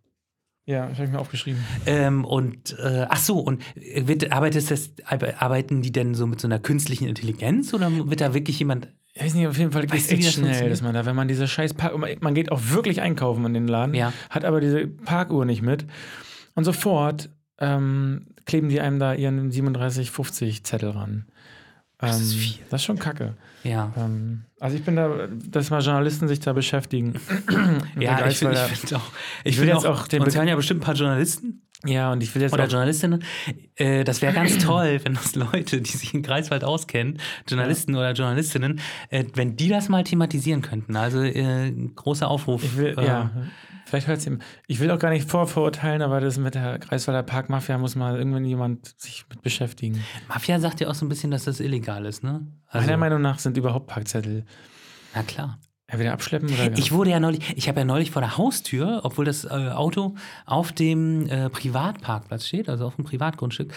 Speaker 1: ja, das habe ich mir aufgeschrieben.
Speaker 2: Ähm, und äh, ach so, und wird, arbeitet das, arbeiten die denn so mit so einer künstlichen Intelligenz oder wird da wirklich jemand.
Speaker 1: Ich weiß nicht, auf jeden Fall geht
Speaker 2: Weißt
Speaker 1: es
Speaker 2: du, wie
Speaker 1: echt
Speaker 2: das
Speaker 1: schnell,
Speaker 2: funktioniert?
Speaker 1: dass man da, wenn man diese scheiß Park... Man geht auch wirklich einkaufen in den Laden,
Speaker 2: Ja.
Speaker 1: hat aber diese Parkuhr nicht mit. Und sofort ähm, kleben die einem da ihren 37,50 Zettel ran.
Speaker 2: Das ist
Speaker 1: Ähm,
Speaker 2: viel.
Speaker 1: Das ist schon kacke.
Speaker 2: Ja.
Speaker 1: Ähm, also ich bin da, dass mal Journalisten sich da beschäftigen. (clears throat) Mit der
Speaker 2: Ja, ich finde
Speaker 1: Greifswalder-
Speaker 2: ich find auch. Ich
Speaker 1: will
Speaker 2: will
Speaker 1: jetzt auch
Speaker 2: auch.
Speaker 1: den
Speaker 2: Uns
Speaker 1: Be-
Speaker 2: hören ja bestimmt ein paar Journalisten
Speaker 1: ja, und ich will jetzt
Speaker 2: oder
Speaker 1: auch
Speaker 2: Journalistinnen. Äh, das wäre ganz toll, wenn das Leute, die sich in Greifswald auskennen, Journalisten oder Journalistinnen, äh, wenn die das mal thematisieren könnten. Also äh, großer Aufruf.
Speaker 1: Ich will,
Speaker 2: äh,
Speaker 1: ja. Vielleicht hört's ihm. Ich will auch gar nicht vorverurteilen, aber das mit der Greifswalder Parkmafia muss mal irgendwann jemand sich mit beschäftigen.
Speaker 2: Mafia sagt ja auch so ein bisschen, dass das illegal ist, ne? Also,
Speaker 1: Meiner Meinung nach sind überhaupt Parkzettel
Speaker 2: na klar.
Speaker 1: entweder abschleppen oder. genau? gar-
Speaker 2: Ich wurde ja neulich, ich habe ja neulich vor der Haustür, obwohl das äh, Auto auf dem äh, Privatparkplatz steht, also auf dem Privatgrundstück,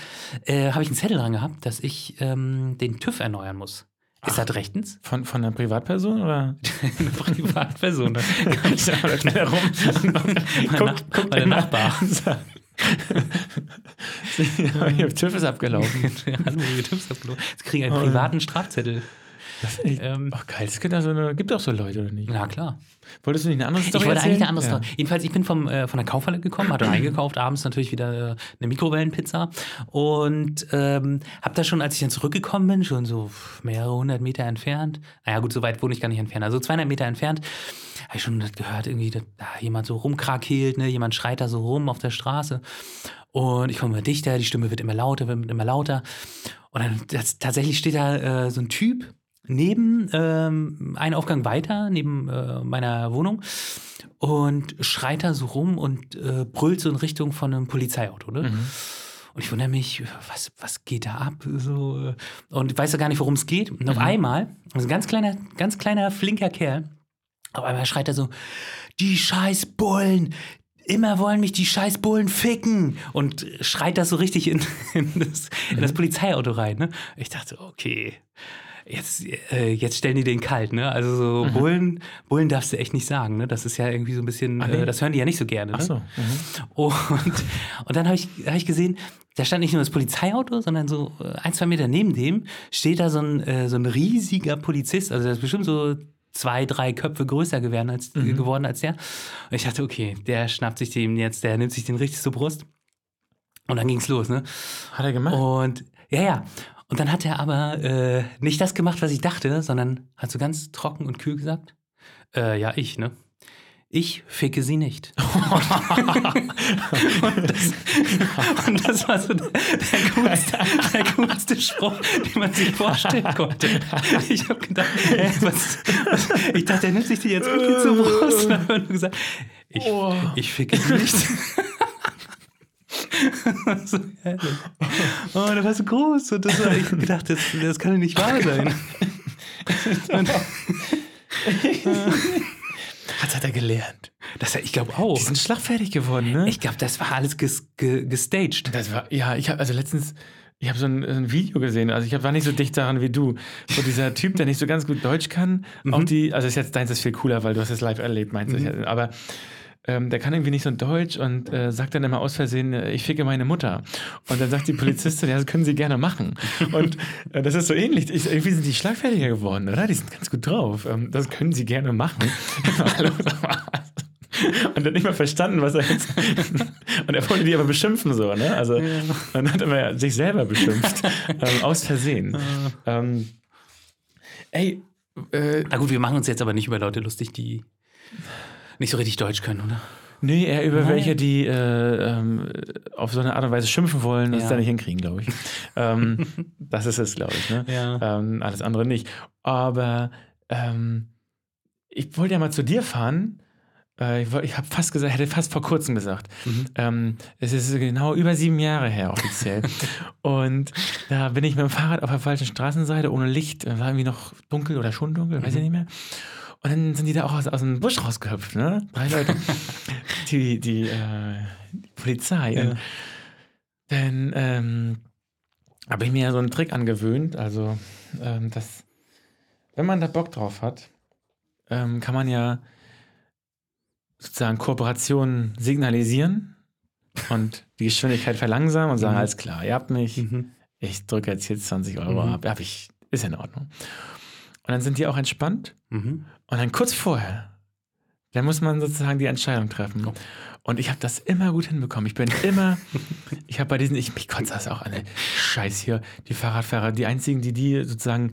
Speaker 2: äh, habe ich einen Zettel dran gehabt, dass ich ähm, den TÜV erneuern muss. Ist das rechtens? (laughs)
Speaker 1: von, von einer Privatperson oder? (laughs)
Speaker 2: Eine Privatperson.
Speaker 1: Ich sag mal schnell (laughs) rum.
Speaker 2: mein Nach
Speaker 1: guck
Speaker 2: mein
Speaker 1: den
Speaker 2: Nachbar.
Speaker 1: Ihr TÜV ist
Speaker 2: (laughs)
Speaker 1: abgelaufen. Oh
Speaker 2: Hallo, ihr TÜVs abgelaufen. Sie kriegen einen privaten Strafzettel.
Speaker 1: Das ist echt,
Speaker 2: Ähm.
Speaker 1: oh, geil, das gibt, da so eine, gibt doch so Leute, oder nicht?
Speaker 2: Na klar.
Speaker 1: Wolltest du nicht eine andere Story
Speaker 2: ich wollte eigentlich
Speaker 1: erzählen?
Speaker 2: eine andere Story. Jedenfalls, ich bin vom, äh, von der Kaufhalle gekommen, hatte eingekauft, abends natürlich wieder äh, eine Mikrowellenpizza und ähm, habe da schon, als ich dann zurückgekommen bin, schon so mehrere hundert Meter entfernt, naja gut, so weit wohne ich gar nicht entfernt, also 200 Meter entfernt, habe ich schon das gehört, irgendwie, dass da jemand so rumkrakelt, ne? jemand schreit da so rum auf der Straße und ich komme immer dichter, die Stimme wird immer lauter, wird immer lauter und dann das, tatsächlich steht da äh, so ein Typ, Neben ähm, einen Aufgang weiter, neben äh, meiner Wohnung, und schreit da so rum und äh, brüllt so in Richtung von einem Polizeiauto. Ne? Und ich wundere mich, was, was geht da ab? So, äh, und ich weiß ja gar nicht, worum es geht. Und auf
Speaker 1: Mhm.
Speaker 2: einmal, also ein ganz kleiner, ganz kleiner, flinker Kerl, auf einmal schreit er so, die scheiß Bullen! Immer wollen mich die scheiß Bullen ficken! Und (laughs)
Speaker 1: Mhm.
Speaker 2: schreit das so richtig in, in, das, in das Polizeiauto rein. Ne? Ich dachte, okay, jetzt, äh, jetzt stellen die den kalt, ne? Also so
Speaker 1: Mhm.
Speaker 2: Bullen, Bullen darfst du echt nicht sagen, ne? Das ist ja irgendwie so ein bisschen,
Speaker 1: nee.
Speaker 2: äh, das hören die ja nicht so gerne. Ne?
Speaker 1: Ach so. Mhm.
Speaker 2: Und, und dann habe ich, hab ich gesehen, da stand nicht nur das Polizeiauto, sondern so äh, ein, zwei Meter neben dem steht da so ein, äh, so ein riesiger Polizist. Also der ist bestimmt so zwei, drei Köpfe größer geworden als, äh, geworden als der. Und ich dachte, okay, der schnappt sich den jetzt, der nimmt sich den richtig zur Brust. Und dann ging's los, ne?
Speaker 1: Hat er gemacht?
Speaker 2: Und ja, ja. Und dann hat er aber äh, nicht das gemacht, was ich dachte, sondern hat so ganz trocken und kühl gesagt: äh, Ja, ich, ne? Ich ficke
Speaker 1: (laughs)
Speaker 2: sie nicht. und, das, und das war so der, der, coolste, der coolste Spruch, den man sich vorstellen konnte. Ich habe gedacht, hä, was, was, ich dachte, der nimmt sich die jetzt wirklich zur
Speaker 1: (laughs)
Speaker 2: Brust. Und dann hat er nur gesagt, ich,
Speaker 1: Oh.
Speaker 2: ich ficke sie nicht. (laughs) so herrlich. Oh, das war so groß. Und das war, (laughs) ich hab gedacht, das, das kann doch nicht wahr sein.
Speaker 1: Hat, hat er gelernt.
Speaker 2: Das, ich glaube auch.
Speaker 1: Die sind schlagfertig geworden, ne?
Speaker 2: Ich glaube, das war alles ges, ge, gestaged.
Speaker 1: Das war, ja, ich habe also letztens, ich habe so ein, ein Video gesehen, also ich hab, war nicht so dicht daran wie du. Wo dieser Typ, der nicht so ganz gut Deutsch kann,
Speaker 2: Mhm.
Speaker 1: auch die, also ist jetzt deins ist viel cooler, weil du hast es live erlebt, meinst du, ja, aber ähm, der kann irgendwie nicht so ein Deutsch und äh, sagt dann immer aus Versehen, äh, ich ficke meine Mutter. Und dann sagt die Polizistin, (laughs) ja, das können sie gerne machen. Und äh, das ist so ähnlich. Ich, irgendwie sind die schlagfertiger geworden, oder? Die sind ganz gut drauf. Ähm, das können sie gerne machen. (laughs) Hallo, sag mal. Und er hat nicht mal verstanden, was er jetzt. (laughs) Und er wollte die aber beschimpfen, so, ne? Also, dann hat er immer sich selber beschimpft. ähm, aus Versehen. Ähm, ey, äh,
Speaker 2: Na gut, wir machen uns jetzt aber nicht über Leute lustig, die nicht so richtig Deutsch können, oder?
Speaker 1: nee, eher über welche, die äh, ähm, auf so eine Art und Weise schimpfen wollen, das
Speaker 2: Ja.
Speaker 1: ja. dann nicht hinkriegen, glaube ich. (laughs) ähm, das ist es, glaube ich, ne?
Speaker 2: Ja.
Speaker 1: Ähm, alles andere nicht. Aber ähm, ich wollte ja mal zu dir fahren. Äh, ich woll- ich habe fast gesagt, hätte fast vor kurzem gesagt.
Speaker 2: Mhm.
Speaker 1: Ähm, es ist genau über sieben Jahre her
Speaker 2: (laughs)
Speaker 1: offiziell. und da bin ich mit dem Fahrrad auf der falschen Straßenseite ohne Licht. Äh, War irgendwie noch dunkel oder schon dunkel,
Speaker 2: Mhm.
Speaker 1: weiß ich nicht mehr. Und dann sind die da auch aus, aus dem Busch rausgehüpft, ne? Drei
Speaker 2: (laughs)
Speaker 1: Leute. die, die, äh, die Polizei.
Speaker 2: Ja.
Speaker 1: Und dann ähm, habe ich mir ja so einen Trick angewöhnt, also ähm, dass, wenn man da Bock drauf hat, ähm, kann man ja sozusagen Kooperationen signalisieren und die Geschwindigkeit verlangsamen und sagen,
Speaker 2: Mhm.
Speaker 1: alles klar, ihr habt mich,
Speaker 2: Mhm.
Speaker 1: ich drücke jetzt hier 20 Euro
Speaker 2: Mhm.
Speaker 1: ab, hab ich, ist in Ordnung. Und dann sind die auch entspannt
Speaker 2: Mhm.
Speaker 1: und dann kurz vorher, dann muss man sozusagen die Entscheidung treffen.
Speaker 2: Oh.
Speaker 1: Und ich habe das immer gut hinbekommen. Ich bin immer, ich habe bei diesen, ich mich kotzt das auch an. ey. Scheiß hier, die Fahrradfahrer, die einzigen, die die sozusagen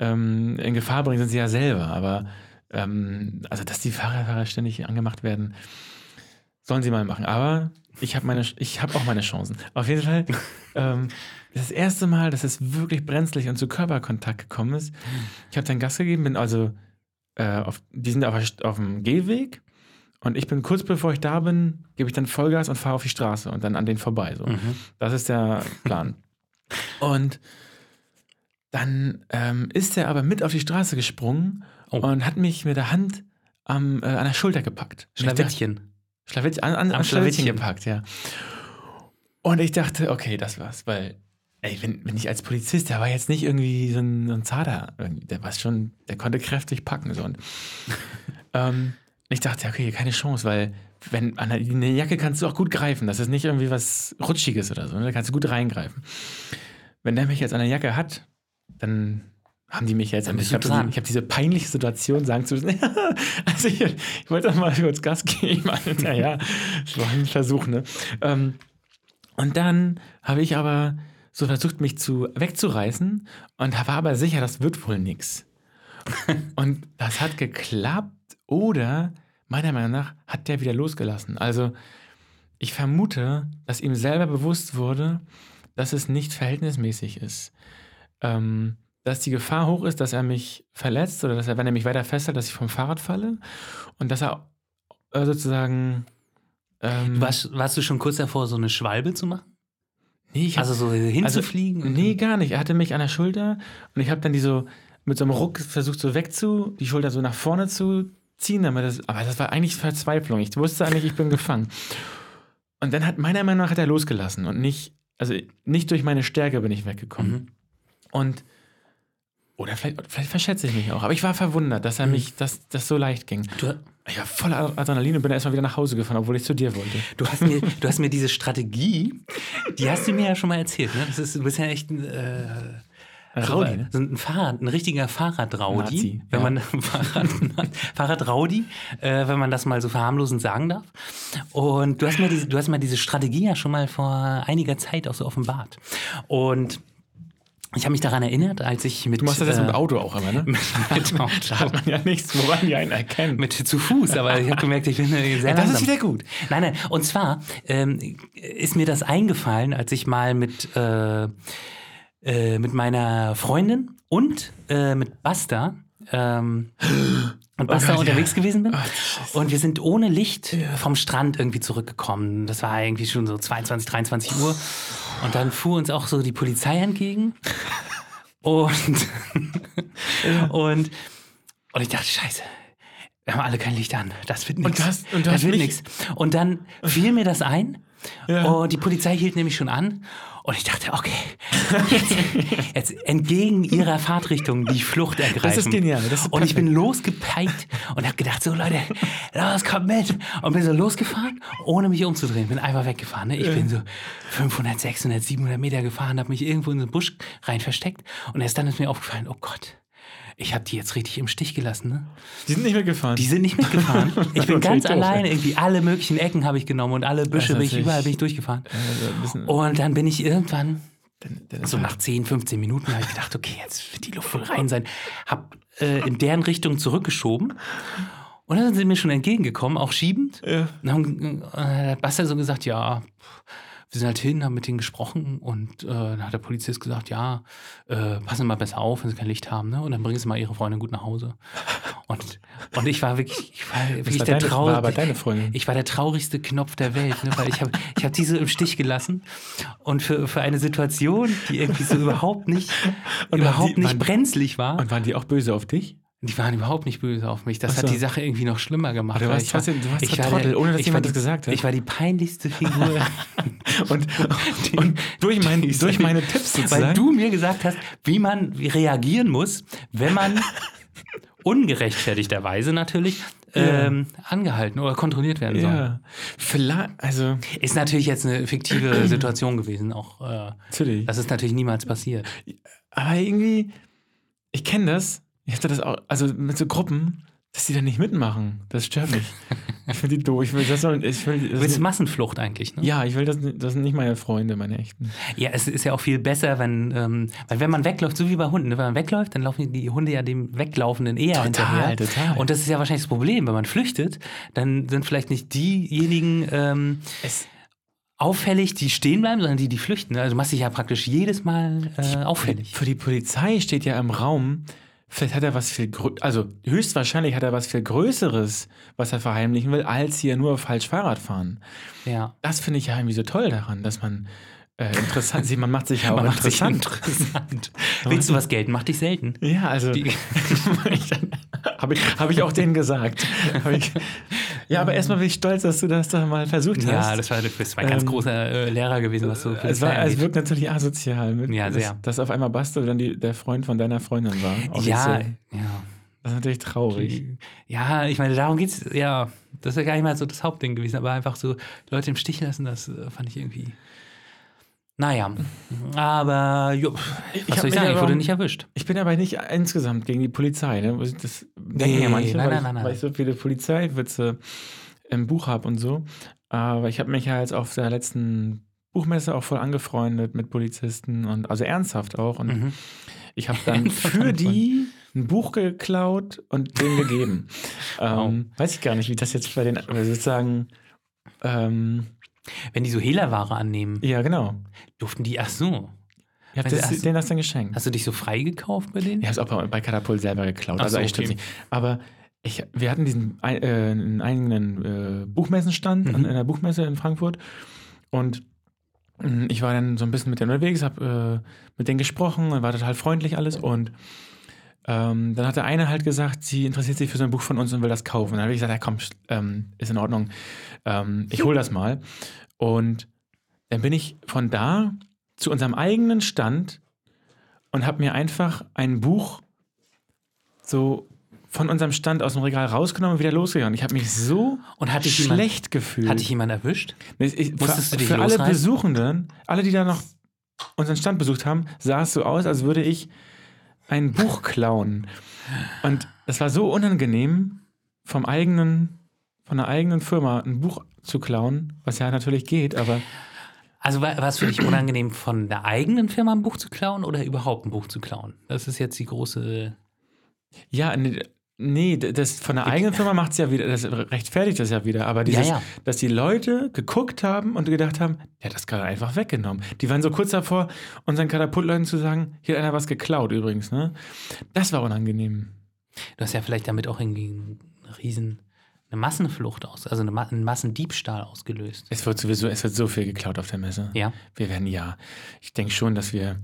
Speaker 1: ähm, in Gefahr bringen, sind sie ja selber. Aber ähm, also, dass die Fahrradfahrer ständig angemacht werden, sollen sie mal machen. Aber ich habe meine, ich habe auch meine Chancen. Auf jeden Fall. Ähm, das erste Mal, dass es wirklich brenzlig und zu Körperkontakt gekommen ist. Ich habe dann Gas gegeben, bin also äh, auf, die sind auf, der- auf dem Gehweg und ich bin kurz bevor ich da bin, gebe ich dann Vollgas und fahre auf die Straße und dann an denen vorbei. So.
Speaker 2: Mhm.
Speaker 1: Das ist der Plan. und dann ähm, ist er aber mit auf die Straße gesprungen
Speaker 2: Oh.
Speaker 1: und hat mich mit der Hand am, äh, an der Schulter gepackt. Und ich dachte,
Speaker 2: Schlawittchen.
Speaker 1: Schlawitt, an, an,
Speaker 2: Am
Speaker 1: am Schlawittchen
Speaker 2: Schlawittchen.
Speaker 1: gepackt, ja. Und ich dachte, okay, das war's, weil, ey, wenn, wenn ich als Polizist, der war jetzt nicht irgendwie so ein, so ein Zader, irgendwie, der war schon, der konnte kräftig packen, so. Und, ähm, ich dachte, okay, keine Chance, weil, wenn, an der- in eine Jacke kannst du auch gut greifen, das ist nicht irgendwie was Rutschiges oder so, ne? da kannst du gut reingreifen. Wenn der mich jetzt an der Jacke hat, dann haben die mich jetzt.
Speaker 2: Dann bist
Speaker 1: Ich
Speaker 2: du
Speaker 1: habe
Speaker 2: dran.
Speaker 1: ich hab diese peinliche Situation, sagen zu müssen. (laughs) also ich, ich wollte doch mal kurz Gas geben. (laughs) naja, es war ein Versuch, ne? Ähm, und dann habe ich aber so versucht, mich zu, wegzureißen und war aber sicher, das wird wohl
Speaker 2: (laughs)
Speaker 1: nix. und das hat geklappt oder meiner Meinung nach hat der wieder losgelassen. Also ich vermute, dass ihm selber bewusst wurde, dass es nicht verhältnismäßig ist. Ähm, dass die Gefahr hoch ist, dass er mich verletzt oder dass er, wenn er mich weiter festhält, dass ich vom Fahrrad falle und dass er äh, sozusagen. Ähm,
Speaker 2: Du Warst, warst du schon kurz davor, so eine Schwalbe zu machen?
Speaker 1: Nee, ich hab-
Speaker 2: Also so hinzufliegen? und-
Speaker 1: Nee, gar nicht. Er hatte mich an der Schulter und ich habe dann die so mit so einem Ruck versucht, so wegzu, die Schulter so nach vorne zu ziehen. Damit das, aber das war eigentlich Verzweiflung. Ich wusste eigentlich, ich bin gefangen. Und dann hat meiner Meinung nach hat er Mhm. losgelassen und nicht, also nicht durch meine Stärke bin ich weggekommen.
Speaker 2: Mhm.
Speaker 1: Und Oder vielleicht, vielleicht verschätze ich mich auch. Aber ich war verwundert, dass er mich, dass das so leicht ging.
Speaker 2: Du,
Speaker 1: Ich war voller Adrenalin und bin erstmal wieder nach Hause gefahren, obwohl ich zu dir wollte.
Speaker 2: du, hast mir, du hast mir diese Strategie, die hast du mir ja schon mal erzählt. Ne? Das ist, du bist ja echt ein, äh,
Speaker 1: Raudi, ne?
Speaker 2: so ein Fahrrad, ein richtiger Fahrradraudi.
Speaker 1: Nazi,
Speaker 2: wenn
Speaker 1: ja.
Speaker 2: man (laughs) Fahrrad, Fahrradraudi, äh, wenn man das mal so verharmlosend sagen darf. Und du hast mir diese, du hast mir diese Strategie ja schon mal vor einiger Zeit auch so offenbart. Und ich habe mich daran erinnert, als ich mit
Speaker 1: Du machst das jetzt
Speaker 2: äh,
Speaker 1: mit dem Auto auch immer, ne?
Speaker 2: (laughs) mit, Auto-
Speaker 1: (laughs) Hat man ja nichts, woran die einen erkennen.
Speaker 2: mit zu Fuß, aber ich habe gemerkt, ich bin (laughs) äh, sehr
Speaker 1: Ja, das
Speaker 2: langsam.
Speaker 1: ist wieder gut.
Speaker 2: Nein, nein. Und zwar ähm, ist mir das eingefallen, als ich mal mit, äh, äh, mit meiner Freundin und äh, mit Basta ähm, und Basta
Speaker 1: Gott, ja.
Speaker 2: unterwegs gewesen bin. und wir sind ohne Licht vom Strand irgendwie zurückgekommen. Das war irgendwie schon so 22, 23 Uhr. Und dann fuhr uns auch so die Polizei entgegen. Und, und, und ich dachte, scheiße, wir haben alle kein Licht an. Das wird nichts.
Speaker 1: du hast- und du
Speaker 2: das
Speaker 1: hast
Speaker 2: wird
Speaker 1: mich-
Speaker 2: nichts. Und dann fiel mir das ein.
Speaker 1: Ja.
Speaker 2: Und die Polizei hielt nämlich schon an. Und ich dachte, okay, jetzt, jetzt entgegen ihrer Fahrtrichtung die Flucht ergreifen.
Speaker 1: genial, das ist
Speaker 2: und ich bin losgepeigt und habe gedacht, so Leute, los, kommt mit. Und bin so losgefahren, ohne mich umzudrehen. Bin einfach weggefahren. Ne? Ich bin so 500, 600, 700 Meter gefahren, habe mich irgendwo in so einen Busch rein versteckt. Und erst dann ist mir aufgefallen, oh Gott. Ich habe die jetzt richtig im Stich gelassen. Ne?
Speaker 1: Die sind nicht mehr gefahren.
Speaker 2: Die sind nicht mitgefahren. Ich
Speaker 1: (laughs)
Speaker 2: bin
Speaker 1: Okay,
Speaker 2: ganz
Speaker 1: doof,
Speaker 2: alleine. Irgendwie alle möglichen Ecken habe ich genommen und alle Büsche
Speaker 1: Das
Speaker 2: bin
Speaker 1: ist
Speaker 2: ich überall
Speaker 1: natürlich-
Speaker 2: bin ich durchgefahren.
Speaker 1: Also ein bisschen-
Speaker 2: Und dann bin ich irgendwann,
Speaker 1: dann- dann-
Speaker 2: so nach 10, 15 Minuten, habe ich gedacht, okay, jetzt wird die Luft wohl rein sein. Hab äh, in deren Richtung zurückgeschoben. Und dann sind sie mir schon entgegengekommen, auch schiebend.
Speaker 1: Ja.
Speaker 2: Und haben, äh, hat Basta so gesagt, ja, pff, wir sind halt hin, haben mit denen gesprochen und äh, dann hat der Polizist gesagt, ja, äh, passen Sie mal besser auf, wenn Sie kein Licht haben, ne? Und dann bringen Sie mal Ihre Freundin gut
Speaker 1: (laughs)
Speaker 2: nach Hause. Und, und ich war wirklich, ich war
Speaker 1: Das
Speaker 2: wirklich
Speaker 1: war
Speaker 2: der
Speaker 1: deine, war aber
Speaker 2: traurigste.
Speaker 1: deine Freundin.
Speaker 2: Ich war der traurigste Knopf der Welt, ne? weil ich habe ich hab die so im Stich gelassen und für, für eine Situation, die irgendwie so überhaupt nicht,
Speaker 1: Und
Speaker 2: überhaupt
Speaker 1: die-
Speaker 2: nicht
Speaker 1: waren-
Speaker 2: brenzlig war,
Speaker 1: Und waren die auch böse auf dich?
Speaker 2: die waren überhaupt nicht böse auf mich. Das
Speaker 1: Ach
Speaker 2: hat
Speaker 1: so.
Speaker 2: die Sache irgendwie noch schlimmer gemacht.
Speaker 1: Aber du
Speaker 2: weil
Speaker 1: warst
Speaker 2: ich war-
Speaker 1: trotzdem- du warst
Speaker 2: ich
Speaker 1: der
Speaker 2: war
Speaker 1: Trottel, ohne dass
Speaker 2: ich
Speaker 1: jemand das
Speaker 2: war
Speaker 1: gesagt hat.
Speaker 2: Ich war die
Speaker 1: (laughs)
Speaker 2: peinlichste Figur.
Speaker 1: Und, und durch, mein, durch (laughs) meine Tipps sozusagen.
Speaker 2: Weil du mir gesagt hast, wie man reagieren muss,
Speaker 1: (laughs)
Speaker 2: wenn man ungerechtfertigterweise natürlich ähm, angehalten oder kontrolliert werden soll.
Speaker 1: ja. Vielleicht, also,
Speaker 2: Ist natürlich jetzt
Speaker 1: (clears throat)
Speaker 2: eine fiktive Situation gewesen, auch äh,
Speaker 1: natürlich.
Speaker 2: das ist natürlich niemals passiert.
Speaker 1: Aber irgendwie, ich kenne das. Ich hatte das auch, also mit so Gruppen, dass die dann nicht mitmachen. Das stört mich. ich finde die doof. Ich will das, soll- ich will,
Speaker 2: Du
Speaker 1: das
Speaker 2: willst Massenflucht eigentlich, ne?
Speaker 1: ja, ich will das, das sind nicht meine Freunde, meine echten.
Speaker 2: Ja, es ist ja auch viel besser, wenn, ähm, weil wenn man wegläuft, so wie bei Hunden, ne? wenn man wegläuft, dann laufen die Hunde ja dem Weglaufenden eher hinterher.
Speaker 1: total.
Speaker 2: Und das ist ja wahrscheinlich das Problem, wenn man flüchtet, dann sind vielleicht nicht diejenigen ähm,
Speaker 1: Es,
Speaker 2: auffällig, die stehen bleiben, sondern die, die flüchten. Also du machst dich ja praktisch jedes Mal äh, auffällig.
Speaker 1: für die Polizei steht ja im Raum, vielleicht hat er was viel grö also höchstwahrscheinlich hat er was viel Größeres, was er verheimlichen will, als hier nur falsch Fahrrad fahren.
Speaker 2: Ja.
Speaker 1: Das finde ich ja irgendwie so toll daran, dass man äh, interessant, sie, man macht
Speaker 2: (laughs)
Speaker 1: sich ja auch
Speaker 2: Man macht sich
Speaker 1: interessant.
Speaker 2: interessant. Willst du was gelten? Mach
Speaker 1: (laughs)
Speaker 2: dich selten.
Speaker 1: Ja, also
Speaker 2: Die-
Speaker 1: habe ich, hab ich auch denen
Speaker 2: (laughs)
Speaker 1: gesagt. Hab ich, ja, aber erstmal bin ich stolz, dass du das da mal versucht
Speaker 2: Ja,
Speaker 1: hast.
Speaker 2: das war, das war ein ganz
Speaker 1: Ähm,
Speaker 2: großer äh, Lehrer gewesen, was so
Speaker 1: es, war, also es
Speaker 2: angeht.
Speaker 1: wirkt natürlich asozial, mit,
Speaker 2: Ja, sehr.
Speaker 1: Dass, dass auf einmal Basto dann die, der Freund von deiner Freundin war.
Speaker 2: ja,
Speaker 1: offiziell.
Speaker 2: ja.
Speaker 1: Das ist natürlich traurig.
Speaker 2: Ja, ich meine, darum geht's, ja, das ist ja gar nicht mal so das Hauptding gewesen, aber einfach so Leute im Stich lassen, das äh, fand ich irgendwie. Naja, aber jo, was
Speaker 1: hab
Speaker 2: soll ich
Speaker 1: mich
Speaker 2: sagen, ich
Speaker 1: aber-
Speaker 2: wurde nicht erwischt.
Speaker 1: Ich bin aber nicht insgesamt gegen die Polizei. Ne? Das denken ja manche,
Speaker 2: nein,
Speaker 1: weil,
Speaker 2: nein,
Speaker 1: ich,
Speaker 2: nein, nein.
Speaker 1: weil ich so viele Polizeiwitze im Buch habe und so. Aber ich habe mich ja jetzt auf der letzten Buchmesse auch voll angefreundet mit Polizisten und also ernsthaft auch. Und
Speaker 2: Mhm.
Speaker 1: Ich habe
Speaker 2: (laughs)
Speaker 1: dann für die ein Buch geklaut und denen
Speaker 2: (laughs)
Speaker 1: gegeben. ähm, weiß ich gar nicht, wie das jetzt bei den also sozusagen. Ähm,
Speaker 2: Wenn die so Hehlerware annehmen,
Speaker 1: ja, genau.
Speaker 2: durften die, ach so,
Speaker 1: Ich habe
Speaker 2: Also
Speaker 1: das,
Speaker 2: hast-
Speaker 1: denen das dann geschenkt.
Speaker 2: hast du dich so frei gekauft bei denen?
Speaker 1: Ich habe es auch bei, bei Katapult selber geklaut.
Speaker 2: Ach
Speaker 1: also
Speaker 2: so,
Speaker 1: eigentlich stimmt's
Speaker 2: okay.
Speaker 1: nicht. Aber ich, wir hatten diesen ein- äh, einen eigenen äh, Buchmessenstand an
Speaker 2: Mhm.
Speaker 1: einer Buchmesse in Frankfurt. Und mh, ich war dann so ein bisschen mit denen unterwegs, habe äh, mit denen gesprochen und war total freundlich alles. Und ähm, dann hat der eine halt gesagt, sie interessiert sich für so ein Buch von uns und will das kaufen. Und dann habe ich gesagt, ja komm, sch- ähm, ist in Ordnung. Ähm, ich hole das mal. Und dann bin ich von da zu unserem eigenen Stand und habe mir einfach ein Buch so von unserem Stand aus dem Regal rausgenommen und wieder losgegangen. Ich habe mich so
Speaker 2: Und hatte ich jemand-
Speaker 1: schlecht gefühlt.
Speaker 2: Hat dich jemand erwischt?
Speaker 1: Nee, ich, für,
Speaker 2: Musstest du dich
Speaker 1: für alle
Speaker 2: losreißen?
Speaker 1: Besuchenden, alle, die da noch unseren Stand besucht haben, sah es so aus, als würde ich ein Buch klauen. Und das war so unangenehm, vom eigenen, von einer eigenen Firma ein Buch zu klauen, was ja natürlich geht, aber
Speaker 2: Also war, war es für dich unangenehm, von der eigenen Firma ein Buch zu klauen oder überhaupt ein Buch zu klauen? Das ist jetzt die große.
Speaker 1: ja, nee, nee, das von der eigenen Firma macht es ja wieder, das rechtfertigt das ja wieder, aber
Speaker 2: Ja,
Speaker 1: dieses,
Speaker 2: ja.
Speaker 1: dass die Leute geguckt haben und gedacht haben, der hat das gerade einfach weggenommen. Die waren so kurz davor, unseren Katapultleuten zu sagen, hier hat einer was geklaut übrigens, ne? Das war unangenehm.
Speaker 2: Du hast ja vielleicht damit auch irgendwie einen riesen, eine Massenflucht aus, also eine Ma einen Massendiebstahl ausgelöst.
Speaker 1: Es wird sowieso, es wird so viel geklaut auf der Messe.
Speaker 2: Ja.
Speaker 1: Wir werden ja, ich denke schon, dass wir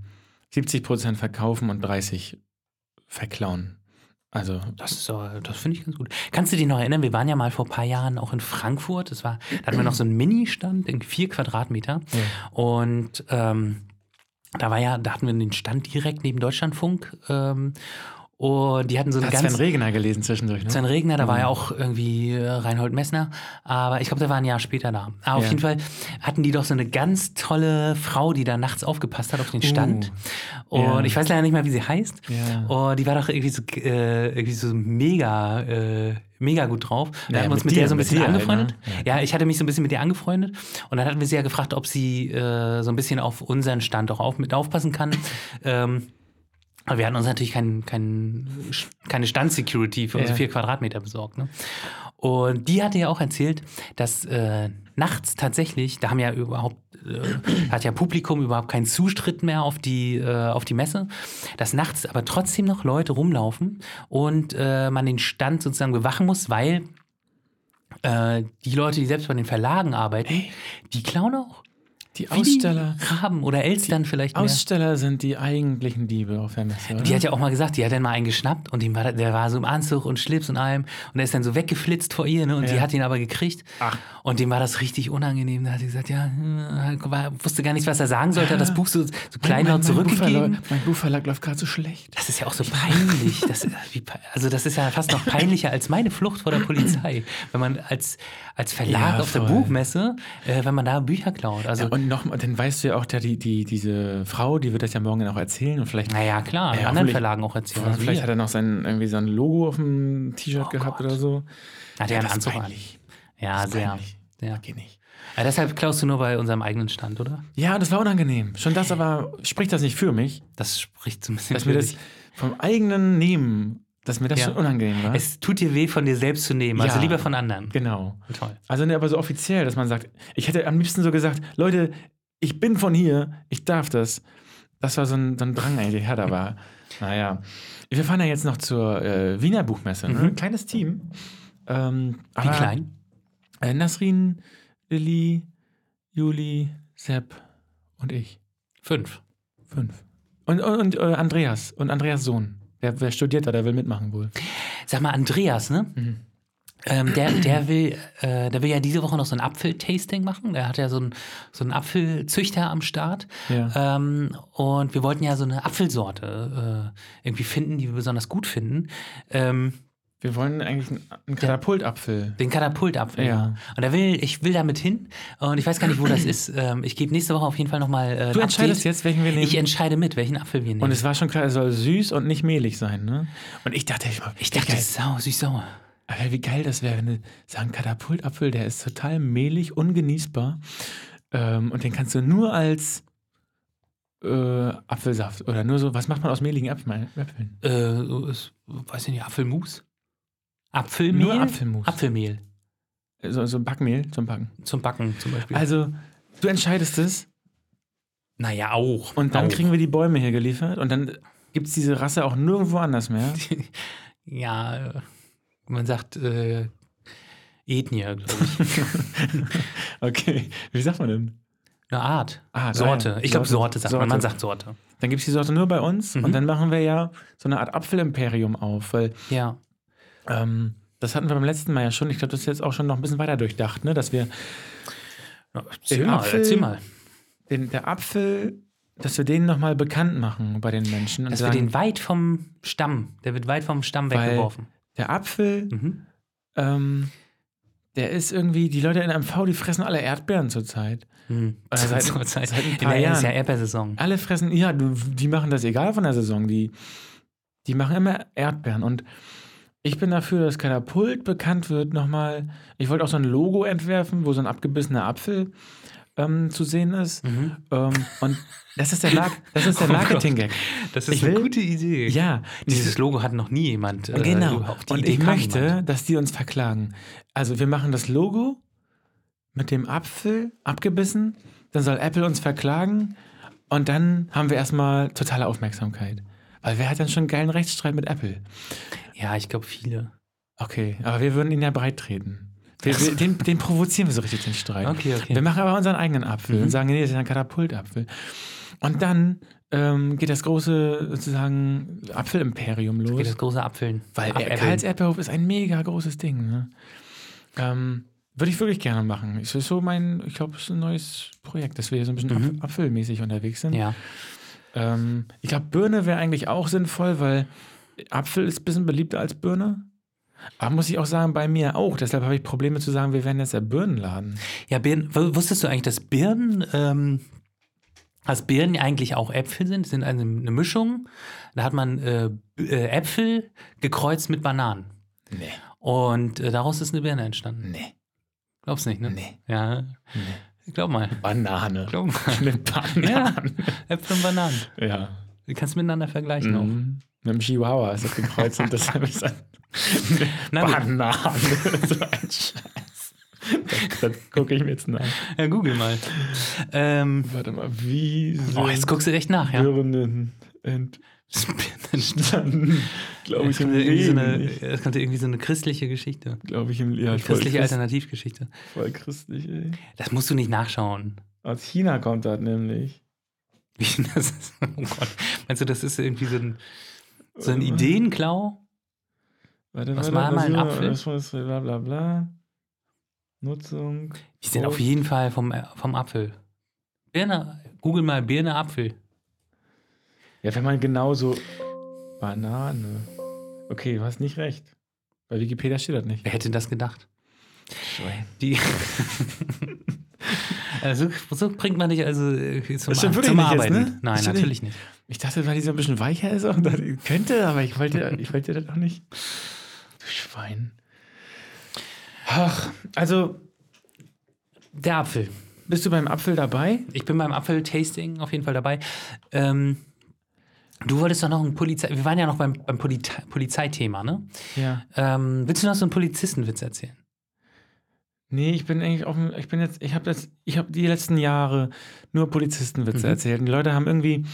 Speaker 1: 70 Prozent verkaufen und 30 verklauen. Also,
Speaker 2: Das, ist aber- das finde ich ganz gut. Kannst du dich noch erinnern, wir waren ja mal vor ein paar Jahren auch in Frankfurt. Das war, da hatten wir noch so einen Mini-Stand, irgendwie vier Quadratmeter. Und ähm, da war ja, da hatten wir den Stand direkt neben Deutschlandfunk. Ähm, und die hatten so eine
Speaker 1: hat
Speaker 2: Also ganz.
Speaker 1: Sven Regener gelesen zwischendurch, ne?
Speaker 2: Sven Regner, da war ja auch irgendwie äh, Reinhold Messner, aber ich glaube, der war ein Jahr später da. Aber auf
Speaker 1: Ja.
Speaker 2: jeden Fall hatten die doch so eine ganz tolle Frau, die da nachts aufgepasst hat auf den Stand. Und
Speaker 1: Oh. Ja.
Speaker 2: ich weiß leider nicht mehr, wie sie heißt.
Speaker 1: Ja.
Speaker 2: Und die war doch irgendwie so, äh, irgendwie so mega, äh, mega gut drauf. Wir
Speaker 1: Ja,
Speaker 2: haben uns
Speaker 1: mit
Speaker 2: mit der
Speaker 1: dir,
Speaker 2: so ein
Speaker 1: mit
Speaker 2: bisschen
Speaker 1: dir halt,
Speaker 2: angefreundet.
Speaker 1: ne?
Speaker 2: ja. ich hatte mich so ein bisschen mit ihr angefreundet. Und dann hatten wir sie ja gefragt, ob sie äh, so ein bisschen auf unseren Stand auch auf, mit
Speaker 1: (laughs)
Speaker 2: aufpassen kann. ähm, aber wir hatten uns natürlich kein, kein, keine Stand-Security für unsere
Speaker 1: Ja.
Speaker 2: vier Quadratmeter besorgt. Ne? Und die hatte ja auch erzählt, dass äh, nachts tatsächlich, da haben ja überhaupt, äh, hat ja Publikum überhaupt keinen Zustritt mehr auf die, äh, auf die Messe, dass nachts aber trotzdem noch Leute rumlaufen und äh, man den Stand sozusagen bewachen muss, weil äh, die Leute, die selbst bei den Verlagen arbeiten, die klauen auch.
Speaker 1: Die
Speaker 2: Wie die
Speaker 1: Aussteller,
Speaker 2: Raben oder Elstern vielleicht mehr.
Speaker 1: Aussteller sind die eigentlichen Diebe auf der Messe, oder?
Speaker 2: Die hat ja auch mal gesagt, die hat dann mal einen geschnappt und ihm war, der war so im Anzug und Schlips und allem und er ist dann so weggeflitzt vor ihr ne, und die
Speaker 1: Ja.
Speaker 2: hat ihn aber gekriegt
Speaker 1: Ach.
Speaker 2: und dem war das richtig unangenehm. Da hat sie gesagt, ja, hm, war, wusste gar nicht, was er sagen sollte, hat das Buch so, so kleinlaut
Speaker 1: Buchverlag,
Speaker 2: zurückgegeben.
Speaker 1: mein Buchverlag läuft gerade so schlecht.
Speaker 2: Das ist ja auch so peinlich. Das, ist- wie, pe- also das ist ja fast noch peinlicher als meine Flucht vor der Polizei, wenn man als, als Verlag
Speaker 1: Ja,
Speaker 2: auf der
Speaker 1: voll.
Speaker 2: Buchmesse, äh, wenn man da Bücher klaut. Also,
Speaker 1: Ja, und nochmal, dann weißt du ja auch, der, die, die, diese Frau, die wird das ja morgen noch erzählen und vielleicht,
Speaker 2: naja, klar,
Speaker 1: Ja,
Speaker 2: anderen
Speaker 1: hoffentlich-
Speaker 2: Verlagen auch erzählen. Also
Speaker 1: vielleicht
Speaker 2: wir-
Speaker 1: hat er noch sein, irgendwie so ein Logo auf dem T-Shirt gehabt
Speaker 2: Oh Gott.
Speaker 1: oder so.
Speaker 2: hat er
Speaker 1: das
Speaker 2: einen
Speaker 1: ist
Speaker 2: Anzug an.
Speaker 1: peinlich.
Speaker 2: Ja,
Speaker 1: Das ist
Speaker 2: sehr.
Speaker 1: peinlich.
Speaker 2: Ja.
Speaker 1: Geht nicht.
Speaker 2: Ja, Ah, deshalb klaust du nur bei unserem eigenen Stand, oder?
Speaker 1: Ja, das war unangenehm. Schon das aber spricht das nicht für mich,
Speaker 2: Das spricht so ein bisschen.
Speaker 1: dass mir
Speaker 2: für
Speaker 1: das
Speaker 2: dich.
Speaker 1: vom eigenen Nehmen, dass mir das
Speaker 2: Ja.
Speaker 1: schon unangenehm war.
Speaker 2: es tut dir weh, von dir selbst zu nehmen. Also
Speaker 1: Ja.
Speaker 2: lieber von anderen.
Speaker 1: genau.
Speaker 2: Toll.
Speaker 1: Also ne, aber so offiziell, dass man sagt, ich hätte am liebsten so gesagt, Leute, ich bin von hier, ich darf das. Das war so ein, so ein Drang eigentlich, der da
Speaker 2: (laughs)
Speaker 1: war. Naja. Wir fahren ja jetzt noch zur äh, Wiener Buchmesse. Ne?
Speaker 2: Mhm.
Speaker 1: Kleines Team. Ähm,
Speaker 2: Wie
Speaker 1: aber,
Speaker 2: klein?
Speaker 1: Äh, Nasrin, Lilly, Juli, Sepp und ich.
Speaker 2: Fünf.
Speaker 1: Fünf. Und, und, und äh, Andreas. Und Andreas Sohn. Der, der studiert da, der will mitmachen wohl.
Speaker 2: Sag mal, Andreas, ne?
Speaker 1: Mhm.
Speaker 2: Ähm, der, der, will, äh, der will ja diese Woche noch so ein Apfeltasting machen. Der hat ja so einen so einen Apfelzüchter am Start.
Speaker 1: Ja.
Speaker 2: Ähm, und wir wollten ja so eine Apfelsorte äh, irgendwie finden, die wir besonders gut finden. Ähm,
Speaker 1: Wir wollen eigentlich einen, einen Katapultapfel.
Speaker 2: Den Katapultapfel.
Speaker 1: Ja.
Speaker 2: Und da will, ich will damit hin und ich weiß gar nicht,
Speaker 1: (clears throat)
Speaker 2: wo das ist. Ähm, ich gebe nächste Woche auf jeden Fall nochmal. Äh, ein
Speaker 1: Du entscheidest
Speaker 2: Update.
Speaker 1: jetzt, welchen wir nehmen.
Speaker 2: Ich entscheide mit, welchen Apfel wir nehmen.
Speaker 1: und es war schon klar, er soll süß und nicht mehlig sein, ne? Und ich dachte, ich,
Speaker 2: ich
Speaker 1: wie
Speaker 2: dachte, das
Speaker 1: geil,
Speaker 2: ist sau, süß-sauer.
Speaker 1: aber wie geil das wäre, wenn du sagen, Katapultapfel, der ist total mehlig, ungenießbar. Ähm, und den kannst du nur als äh, Apfelsaft oder nur so, was macht man aus mehligen Äpfeln? Äpfeln?
Speaker 2: Äh, es- weiß ich nicht, Apfelmus? Apfelmehl?
Speaker 1: Nur Apfelmus.
Speaker 2: Apfelmehl
Speaker 1: so, so ein Backmehl zum Backen.
Speaker 2: zum Backen zum Beispiel.
Speaker 1: Also, du entscheidest es
Speaker 2: naja, auch.
Speaker 1: Und dann
Speaker 2: auch.
Speaker 1: kriegen wir die Bäume hier geliefert und dann gibt es diese Rasse auch nirgendwo anders
Speaker 2: (laughs)
Speaker 1: mehr.
Speaker 2: Ja, äh, man sagt äh, Ethnie, glaube
Speaker 1: (laughs)
Speaker 2: ich.
Speaker 1: Okay, wie sagt man denn?
Speaker 2: Eine Art.
Speaker 1: Ah,
Speaker 2: Sorte.
Speaker 1: nein.
Speaker 2: Ich glaube, Sorte sagt man.
Speaker 1: Sorte.
Speaker 2: Man sagt Sorte.
Speaker 1: Dann gibt es die Sorte nur bei uns
Speaker 2: Mhm.
Speaker 1: und dann machen wir ja so eine Art Apfelimperium auf, weil
Speaker 2: Ja.
Speaker 1: ähm, das hatten wir beim letzten Mal ja schon. Ich glaube, das ist jetzt auch schon noch ein bisschen weiter durchdacht, ne? dass wir
Speaker 2: Na, Erzähl
Speaker 1: Den
Speaker 2: mal,
Speaker 1: Apfel-
Speaker 2: erzähl mal.
Speaker 1: den, der Apfel dass wir den nochmal bekannt machen bei den Menschen und
Speaker 2: Dass wir
Speaker 1: sagen,
Speaker 2: den weit vom Stamm, der wird weit vom Stamm
Speaker 1: Weil-
Speaker 2: weggeworfen.
Speaker 1: der Apfel,
Speaker 2: Mhm.
Speaker 1: ähm, der ist irgendwie, die Leute in MV, die fressen alle Erdbeeren zurzeit.
Speaker 2: Mhm.
Speaker 1: Äh, seit- seit ein
Speaker 2: In
Speaker 1: paar
Speaker 2: der
Speaker 1: Jahren.
Speaker 2: ist ja Erdbeersaison.
Speaker 1: Alle fressen, ja, du- die machen das egal von der Saison. Die, die machen immer Erdbeeren. Und ich bin dafür, dass Katapult bekannt wird nochmal. Ich wollte auch so ein Logo entwerfen, wo so ein abgebissener Apfel ähm, zu sehen ist.
Speaker 2: Mhm.
Speaker 1: Ähm, und das
Speaker 2: (laughs)
Speaker 1: ist der, Mar das ist der
Speaker 2: Oh Gott.
Speaker 1: Marketing-Gag.
Speaker 2: Das
Speaker 1: Ich will-
Speaker 2: gute Idee.
Speaker 1: ja,
Speaker 2: Dieses Logo hat noch nie jemand. äh,
Speaker 1: genau.
Speaker 2: überhaupt. Die
Speaker 1: Und
Speaker 2: Idee
Speaker 1: ich
Speaker 2: kam
Speaker 1: möchte,
Speaker 2: niemand.
Speaker 1: dass die uns verklagen. Also wir machen das Logo mit dem Apfel abgebissen, dann soll Apple uns verklagen und dann haben wir erstmal totale Aufmerksamkeit. Weil wer hat dann schon einen geilen Rechtsstreit mit Apple?
Speaker 2: Ja, ich glaube, viele.
Speaker 1: Okay, aber wir würden ihn ja breit treten. Wir, wir, den, den provozieren wir so richtig, den Streit.
Speaker 2: Okay, okay. Mhm.
Speaker 1: Wir machen aber unseren eigenen Apfel und sagen, nee, das ist ein Katapultapfel. Und dann ähm, geht das große sozusagen Apfelimperium los.
Speaker 2: Geht das große Apfeln.
Speaker 1: Weil
Speaker 2: Ab-
Speaker 1: er,
Speaker 2: Äppeln.
Speaker 1: Karls Erdbeerhof ist ein mega großes Ding. Ne? Ähm, Würde ich wirklich gerne machen. Es ist so mein, ich glaube, es ist ein neues Projekt, dass wir hier so ein bisschen
Speaker 2: Mhm.
Speaker 1: apf- apfelmäßig unterwegs sind.
Speaker 2: Ja.
Speaker 1: Ähm, ich glaube, Birne wäre eigentlich auch sinnvoll, weil Apfel ist ein bisschen beliebter als Birne. Aber muss ich auch sagen, bei mir auch. Deshalb habe ich Probleme zu sagen, wir werden jetzt der Birnenladen.
Speaker 2: Ja, Birnen, w- wusstest du eigentlich, dass Birnen, ähm, dass Birnen eigentlich auch Äpfel sind? Sind eine, eine Mischung. Da hat man äh, B- äh, Äpfel gekreuzt mit Bananen.
Speaker 1: Nee,
Speaker 2: Und äh, daraus ist eine Birne entstanden.
Speaker 1: nee,
Speaker 2: Glaubst nicht, ne?
Speaker 1: nee.
Speaker 2: Ja. Glaub mal.
Speaker 1: Banane.
Speaker 2: Glaub mal.
Speaker 1: Eine Banane.
Speaker 2: (laughs) Äpfel und Bananen. Mm.
Speaker 1: Ja. ja.
Speaker 2: Du kannst miteinander vergleichen auch.
Speaker 1: Mhm. Mit dem Chihuahua ist das gekreuzt und deshalb ist das (laughs)
Speaker 2: (laughs) Na gut.
Speaker 1: Banane. (laughs) so
Speaker 2: (laughs)
Speaker 1: ein Scheiß. Das, das gucke ich mir jetzt nach.
Speaker 2: Ja, äh, google mal. Ähm,
Speaker 1: Warte mal, wie sind
Speaker 2: oh, jetzt guckst du echt nach, (laughs) ja.
Speaker 1: Birnen entstanden? Glaube
Speaker 2: Das
Speaker 1: ich, im
Speaker 2: kommt, ja irgendwie so
Speaker 1: Leben
Speaker 2: eine,
Speaker 1: nicht.
Speaker 2: das kommt ja irgendwie so eine christliche Geschichte.
Speaker 1: Glaube ich, im ja, voll,
Speaker 2: Christliche
Speaker 1: christ,
Speaker 2: Alternativgeschichte.
Speaker 1: voll christlich, ey.
Speaker 2: Das musst du nicht nachschauen. (laughs)
Speaker 1: Aus China kommt das nämlich.
Speaker 2: Wie das ist. Oh Gott. Meinst du, das ist irgendwie so ein, so ein
Speaker 1: Warte mal.
Speaker 2: Ideenklau?
Speaker 1: Warte,
Speaker 2: Was
Speaker 1: warte,
Speaker 2: war mal ein
Speaker 1: Version,
Speaker 2: Apfel?
Speaker 1: Version, Bla, bla, bla. Nutzung.
Speaker 2: Die sind auf jeden Fall vom, äh, vom Apfel. Birne, google mal Birne Apfel.
Speaker 1: Ja, wenn man genauso. Banane. Okay, du hast nicht recht. Bei Wikipedia steht das nicht.
Speaker 2: Wer hätte das gedacht?
Speaker 1: (laughs)
Speaker 2: Die also, so bringt man dich also äh, zum,
Speaker 1: Das stimmt wirklich
Speaker 2: zum
Speaker 1: nicht jetzt,
Speaker 2: Arbeiten.
Speaker 1: ne?
Speaker 2: Nein,
Speaker 1: Das stimmt
Speaker 2: natürlich nicht.
Speaker 1: Ich dachte, weil die so ein bisschen weicher ist, auch, das (laughs) könnte, aber ich wollte, ich wollte das auch nicht. Du Schwein. Ach, also
Speaker 2: Der Apfel.
Speaker 1: bist du beim Apfel dabei?
Speaker 2: Ich bin beim Apfel-Tasting auf jeden Fall dabei. Ähm, du wolltest doch noch ein Polizei. Wir waren ja noch beim, beim Polizei Polizeithema, ne?
Speaker 1: Ja.
Speaker 2: Ähm, willst du noch so einen Polizistenwitz erzählen?
Speaker 1: Nee, ich bin eigentlich auf dem, ich bin jetzt, ich habe jetzt, ich habe die letzten Jahre nur Polizistenwitze
Speaker 2: Mhm.
Speaker 1: erzählt. Und die Leute haben irgendwie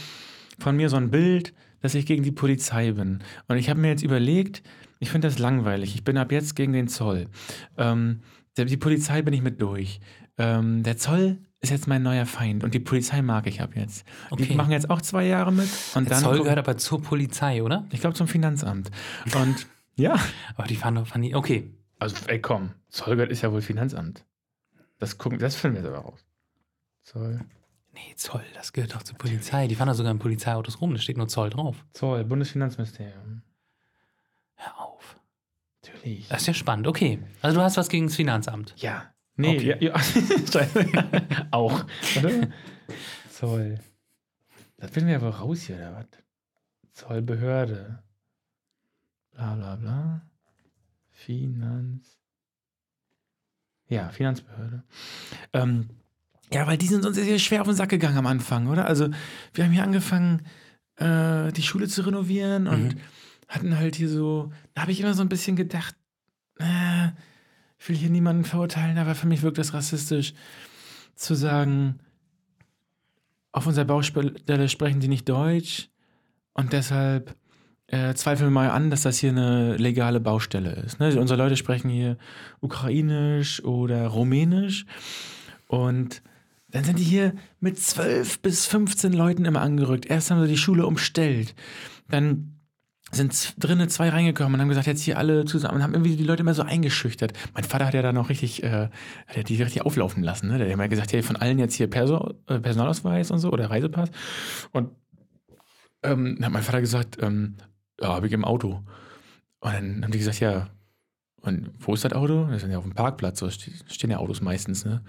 Speaker 1: von mir so ein Bild, dass ich gegen die Polizei bin. Und ich habe mir jetzt überlegt, ich finde das langweilig. Ich bin ab jetzt gegen den Zoll. Ähm, der, die Polizei bin ich mit durch. Ähm, der Zoll ist jetzt mein neuer Feind und die Polizei mag ich ab jetzt.
Speaker 2: Okay.
Speaker 1: Die machen jetzt auch zwei Jahre mit und
Speaker 2: Der
Speaker 1: dann.
Speaker 2: Zoll gehört aber zur Polizei, oder?
Speaker 1: ich glaube zum Finanzamt. Und ja.
Speaker 2: (laughs) Aber die fahren doch von die. Okay.
Speaker 1: Also, ey, komm, Zollgeld ist ja wohl Finanzamt. Das gucken, das finden wir jetzt aber raus. Zoll.
Speaker 2: Nee, Zoll, das gehört doch zur Polizei. Die fahren da sogar in Polizeiautos rum, da steht nur Zoll drauf.
Speaker 1: Zoll, Bundesfinanzministerium.
Speaker 2: Hör auf.
Speaker 1: Natürlich.
Speaker 2: Das ist ja spannend. Okay. Also du hast was gegen das Finanzamt.
Speaker 1: Ja. Nee,
Speaker 2: Okay.
Speaker 1: ja, ja. Scheiße. (laughs) Auch. Warte. Zoll. Das finden wir aber raus hier, oder was? Zollbehörde. Bla bla bla. Finanz. Ja, Finanzbehörde. Ähm, ja, weil die sind uns sehr schwer auf den Sack gegangen am Anfang, oder? Also, wir haben hier angefangen, äh, die Schule zu renovieren und
Speaker 2: Mhm.
Speaker 1: hatten halt hier so, da habe ich immer so ein bisschen gedacht, äh, ich will hier niemanden verurteilen, aber für mich wirkt das rassistisch, zu sagen, auf unserer Baustelle sprechen die nicht Deutsch und deshalb äh, zweifeln wir mal an, dass das hier eine legale Baustelle ist. Ne? Unsere Leute sprechen hier Ukrainisch oder Rumänisch und dann sind die hier mit 12 bis 15 Leuten immer angerückt. Erst haben sie die Schule umstellt, dann sind z- drinnen zwei reingekommen und haben gesagt, jetzt hier alle zusammen und haben irgendwie die Leute immer so eingeschüchtert. Mein Vater hat ja da noch richtig, äh, hat ja die richtig auflaufen lassen. Ne? Der hat immer gesagt, hey, von allen jetzt hier Perso äh, Personalausweis und so oder Reisepass. Und ähm, dann hat mein Vater gesagt, ähm, ja, habe ich im Auto. Und dann haben die gesagt, ja, und wo ist das Auto? Und Das sind ja auf dem Parkplatz, so ste- stehen ja Autos meistens. Ne?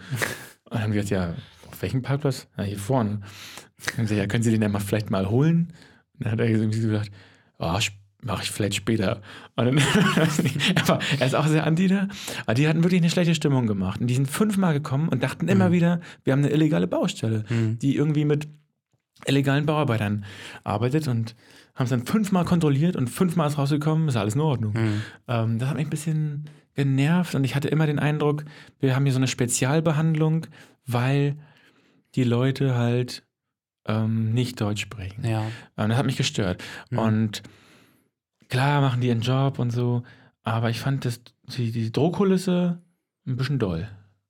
Speaker 1: Und dann haben die gesagt, ja, auf welchem Parkplatz? Na, hier vorne. Dann haben sie, gesagt, ja, können Sie den dann mal vielleicht mal holen? Und dann hat er irgendwie gesagt, ah, mache ich vielleicht später. Und dann, (laughs) aber er ist auch sehr anti da. Aber die hatten wirklich eine schlechte Stimmung gemacht. Und die sind fünfmal gekommen und dachten immer wieder, wir haben eine illegale Baustelle, die irgendwie mit illegalen Bauarbeitern arbeitet und haben es dann fünfmal kontrolliert und fünfmal ist rausgekommen, ist alles in Ordnung. Ähm, das hat mich ein bisschen genervt und ich hatte immer den Eindruck, wir haben hier so eine Spezialbehandlung, weil die Leute halt ähm, nicht Deutsch sprechen.
Speaker 2: Ja.
Speaker 1: Ähm, das hat mich gestört.
Speaker 2: Mhm.
Speaker 1: Und klar machen die ihren Job und so, aber ich fand das, die, die Drohkulisse ein bisschen doll.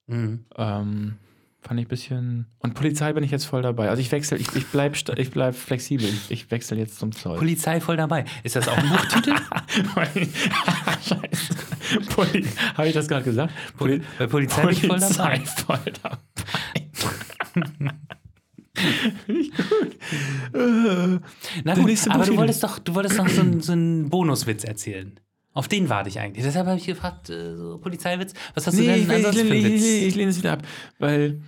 Speaker 2: Mhm.
Speaker 1: Ähm, fand ich ein bisschen. Und Polizei bin ich jetzt voll dabei. Also ich wechsle, ich, ich bleibe ich bleib flexibel. Ich, ich wechsle jetzt zum Zoll.
Speaker 2: (laughs) Polizei voll dabei. Ist das auch ein Buchtitel?
Speaker 1: (laughs) Scheiße. Poli Habe ich das gerade gesagt?
Speaker 2: Poli bei Polizei, bin ich voll dabei.
Speaker 1: voll dabei. Finde ich gut. Äh,
Speaker 2: Na
Speaker 1: Der
Speaker 2: gut,
Speaker 1: nächste
Speaker 2: aber du
Speaker 1: Buchtitel.
Speaker 2: wolltest doch, du wolltest doch so, einen, so einen Bonuswitz erzählen. Auf den warte ich eigentlich. Deshalb habe ich gefragt, äh, so Polizeiwitz. Was hast du
Speaker 1: Nee, ich,
Speaker 2: denn
Speaker 1: will- ich,
Speaker 2: ansonsten
Speaker 1: lehne-
Speaker 2: für
Speaker 1: ich,
Speaker 2: einen
Speaker 1: lehne-
Speaker 2: Witz?
Speaker 1: ich lehne es wieder ab, weil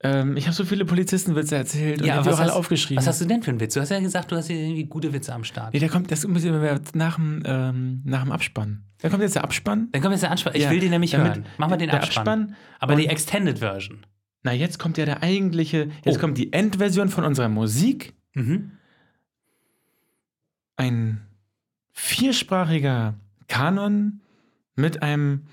Speaker 1: ähm, ich habe so viele Polizistenwitze erzählt und
Speaker 2: Ja,
Speaker 1: ja, die
Speaker 2: was
Speaker 1: auch alle
Speaker 2: hast-
Speaker 1: aufgeschrieben.
Speaker 2: Was hast du denn für einen Witz? Du hast ja gesagt, du hast hier irgendwie gute Witze am Start.
Speaker 1: nee, der kommt, das muss ich immer mehr nach dem, ähm, nach dem Abspann. Da kommt jetzt der Abspann.
Speaker 2: Dann können wir jetzt den Abspann. Ich
Speaker 1: Ja,
Speaker 2: will den nämlich
Speaker 1: damit-
Speaker 2: hören. Machen wir den
Speaker 1: der
Speaker 2: Abspann.
Speaker 1: Abspann
Speaker 2: aber die Extended Version.
Speaker 1: Na, jetzt kommt ja der eigentliche, jetzt
Speaker 2: Oh.
Speaker 1: kommt die Endversion von unserer Musik.
Speaker 2: Mhm.
Speaker 1: ein viersprachiger Kanon mit einem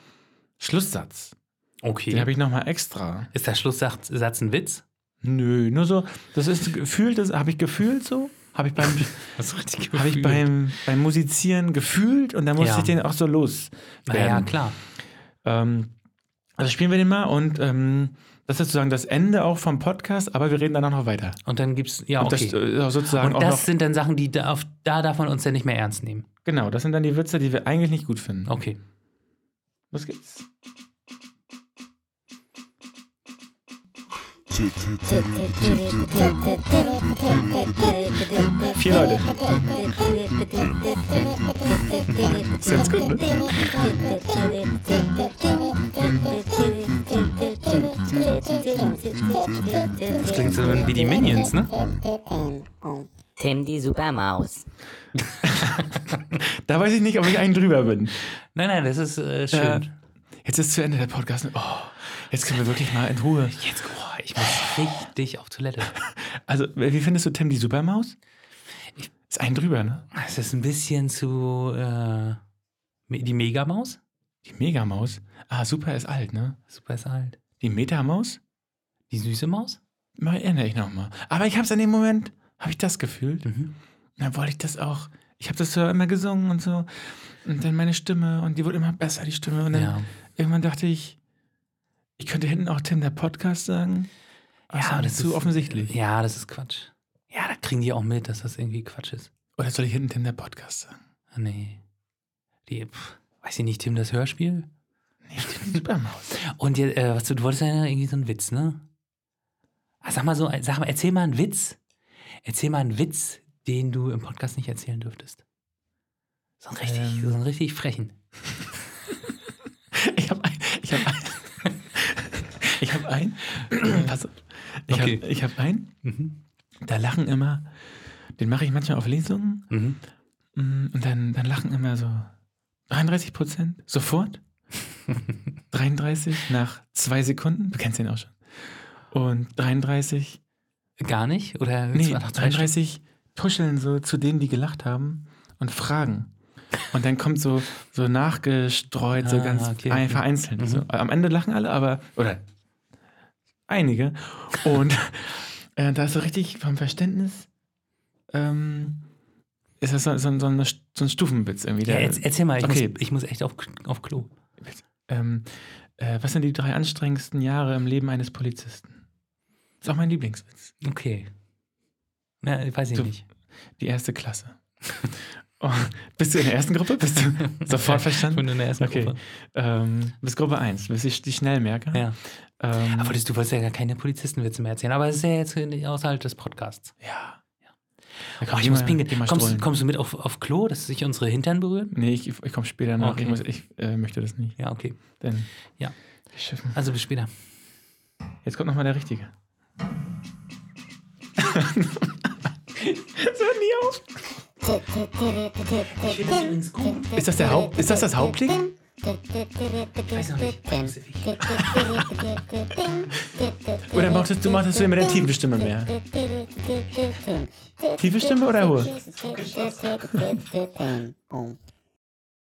Speaker 1: Schlusssatz. Den
Speaker 2: Okay.
Speaker 1: habe ich nochmal extra.
Speaker 2: Ist der Schlusssatz Satz ein Witz?
Speaker 1: Nö, nur so, das ist gefühlt, das habe ich gefühlt so. Habe
Speaker 2: (laughs)
Speaker 1: ich, beim,
Speaker 2: Hast du richtig
Speaker 1: hab ich beim, beim Musizieren gefühlt und dann musste
Speaker 2: Ja.
Speaker 1: ich den auch so los.
Speaker 2: Ja, klar.
Speaker 1: Ähm, also spielen wir den mal und ähm, das ist sozusagen das Ende auch vom Podcast, aber wir reden danach noch weiter.
Speaker 2: Und dann gibt's. Ja,
Speaker 1: Und
Speaker 2: okay.
Speaker 1: das äh, sozusagen
Speaker 2: Und
Speaker 1: auch
Speaker 2: das
Speaker 1: noch.
Speaker 2: sind dann Sachen, die darf, da darf man uns dann nicht mehr ernst nehmen.
Speaker 1: Genau, das sind dann die Witze, die wir eigentlich nicht gut finden.
Speaker 2: Okay.
Speaker 1: Was gibt's? Vier Leute. Sind's gut, ne?
Speaker 2: Das klingt so wie die Minions, ne?
Speaker 5: Tim die Supermaus.
Speaker 1: Da weiß ich nicht, ob ich einen drüber bin.
Speaker 2: Nein, nein, das ist äh, schön.
Speaker 1: Äh, jetzt ist zu Ende der Podcast. Oh, jetzt können wir wirklich mal in Ruhe.
Speaker 2: Jetzt, oh, ich muss richtig auf Toilette.
Speaker 1: Also, wie findest du Tim die Supermaus? Ist ein drüber, ne?
Speaker 2: Es ist ein bisschen zu. Äh, Me- die Megamaus?
Speaker 1: Die Megamaus. Ah, Super ist alt, ne?
Speaker 2: Super ist alt.
Speaker 1: Die Metamaus?
Speaker 2: Die süße Maus?
Speaker 1: Mal erinnere ich nochmal. Aber ich hab's in dem Moment, habe ich das gefühlt.
Speaker 2: Mhm.
Speaker 1: Dann wollte ich das auch. Ich habe das so immer gesungen und so. Und dann meine Stimme und die wurde immer besser, die Stimme. Und dann
Speaker 2: Ja.
Speaker 1: irgendwann dachte ich, ich könnte hinten auch Tim der Podcast sagen. Aber es war mir zu offensichtlich.
Speaker 2: Ja, das ist Quatsch. Ja, da kriegen die auch mit, dass das irgendwie Quatsch ist.
Speaker 1: Oder soll ich hinten Tim der Podcast sagen?
Speaker 2: Ah, Nee. Die, pff, weiß ich nicht, Tim, das Hörspiel?
Speaker 1: Nee, Tim die Supermaus.
Speaker 2: Und jetzt, äh, was du, du wolltest ja irgendwie so einen Witz, ne? Ah, sag mal so, äh, sag mal, erzähl mal einen Witz. Erzähl mal einen Witz, den du im Podcast nicht erzählen dürftest. So einen richtig,
Speaker 1: Ähm.
Speaker 2: so einen richtig frechen.
Speaker 1: Ich habe ein, ich habe ein, (laughs) ich habe ein, (clears throat) pass auf. Ich
Speaker 2: Okay.
Speaker 1: habe ich hab ein,
Speaker 2: Mhm.
Speaker 1: da lachen immer, den mache ich manchmal auf Lesungen
Speaker 2: Mhm.
Speaker 1: mm, und dann, dann lachen immer so 33 Prozent sofort, 33 nach zwei Sekunden, du kennst den auch schon, und 33,
Speaker 2: Gar nicht? Oder
Speaker 1: nee,
Speaker 2: zwei- nach zwei Stunden?
Speaker 1: 33 tuscheln so zu denen, die gelacht haben und fragen. Und dann kommt so, so nachgestreut, so
Speaker 2: Ah,
Speaker 1: ganz
Speaker 2: okay, Mhm.
Speaker 1: ein-
Speaker 2: okay.
Speaker 1: vereinzelt. So. Am Ende lachen alle, aber, oder einige. Und (laughs) äh, da ist so richtig vom Verständnis, ähm, ist das so, so, so, eine, so ein Stufenwitz irgendwie.
Speaker 2: Ja,
Speaker 1: der-
Speaker 2: jetzt, erzähl mal, ich,
Speaker 1: Okay.
Speaker 2: muss, ich muss echt auf, auf Klo.
Speaker 1: ähm, äh, was sind die drei anstrengendsten Jahre im Leben eines Polizisten? Ist auch mein Lieblingswitz.
Speaker 2: Okay. Ja, weiß ich
Speaker 1: Du-
Speaker 2: nicht.
Speaker 1: Die erste Klasse. (laughs) Oh, bist du in der ersten Gruppe? Bist
Speaker 2: (laughs)
Speaker 1: du sofort
Speaker 2: Ich
Speaker 1: verstanden?
Speaker 2: bin in der ersten
Speaker 1: Okay.
Speaker 2: Gruppe.
Speaker 1: Ähm, bist Gruppe 1, bist die, die Schnellmerker.
Speaker 2: Ja.
Speaker 1: Ähm,
Speaker 2: Aber das, du wolltest ja gar keine Polizistenwitze mehr erzählen, aber es ist ja jetzt nicht außerhalb des Podcasts.
Speaker 1: ja.
Speaker 2: Oh, ich muss pinkeln. Kommst, du- kommst du mit auf, auf Klo, dass sich unsere Hintern berühren?
Speaker 1: Nee, ich, ich komme später nach.
Speaker 2: Okay.
Speaker 1: Ich, muss, ich äh, möchte das nicht.
Speaker 2: Ja, okay.
Speaker 1: Denn
Speaker 2: Ja.
Speaker 1: Schiffen.
Speaker 2: Also bis später.
Speaker 1: Jetzt kommt nochmal der Richtige. (laughs) das hört nie auf.
Speaker 2: Ich finde das übrigens gut.
Speaker 1: Ist das, der Haupt, ist das das Hauptding?
Speaker 2: Weiß noch nicht. Das ist wichtig.
Speaker 1: Oder machst du, du machst das immer mit der tiefen Stimme mehr? Tiefe Stimme oder hohe?
Speaker 3: Stimme?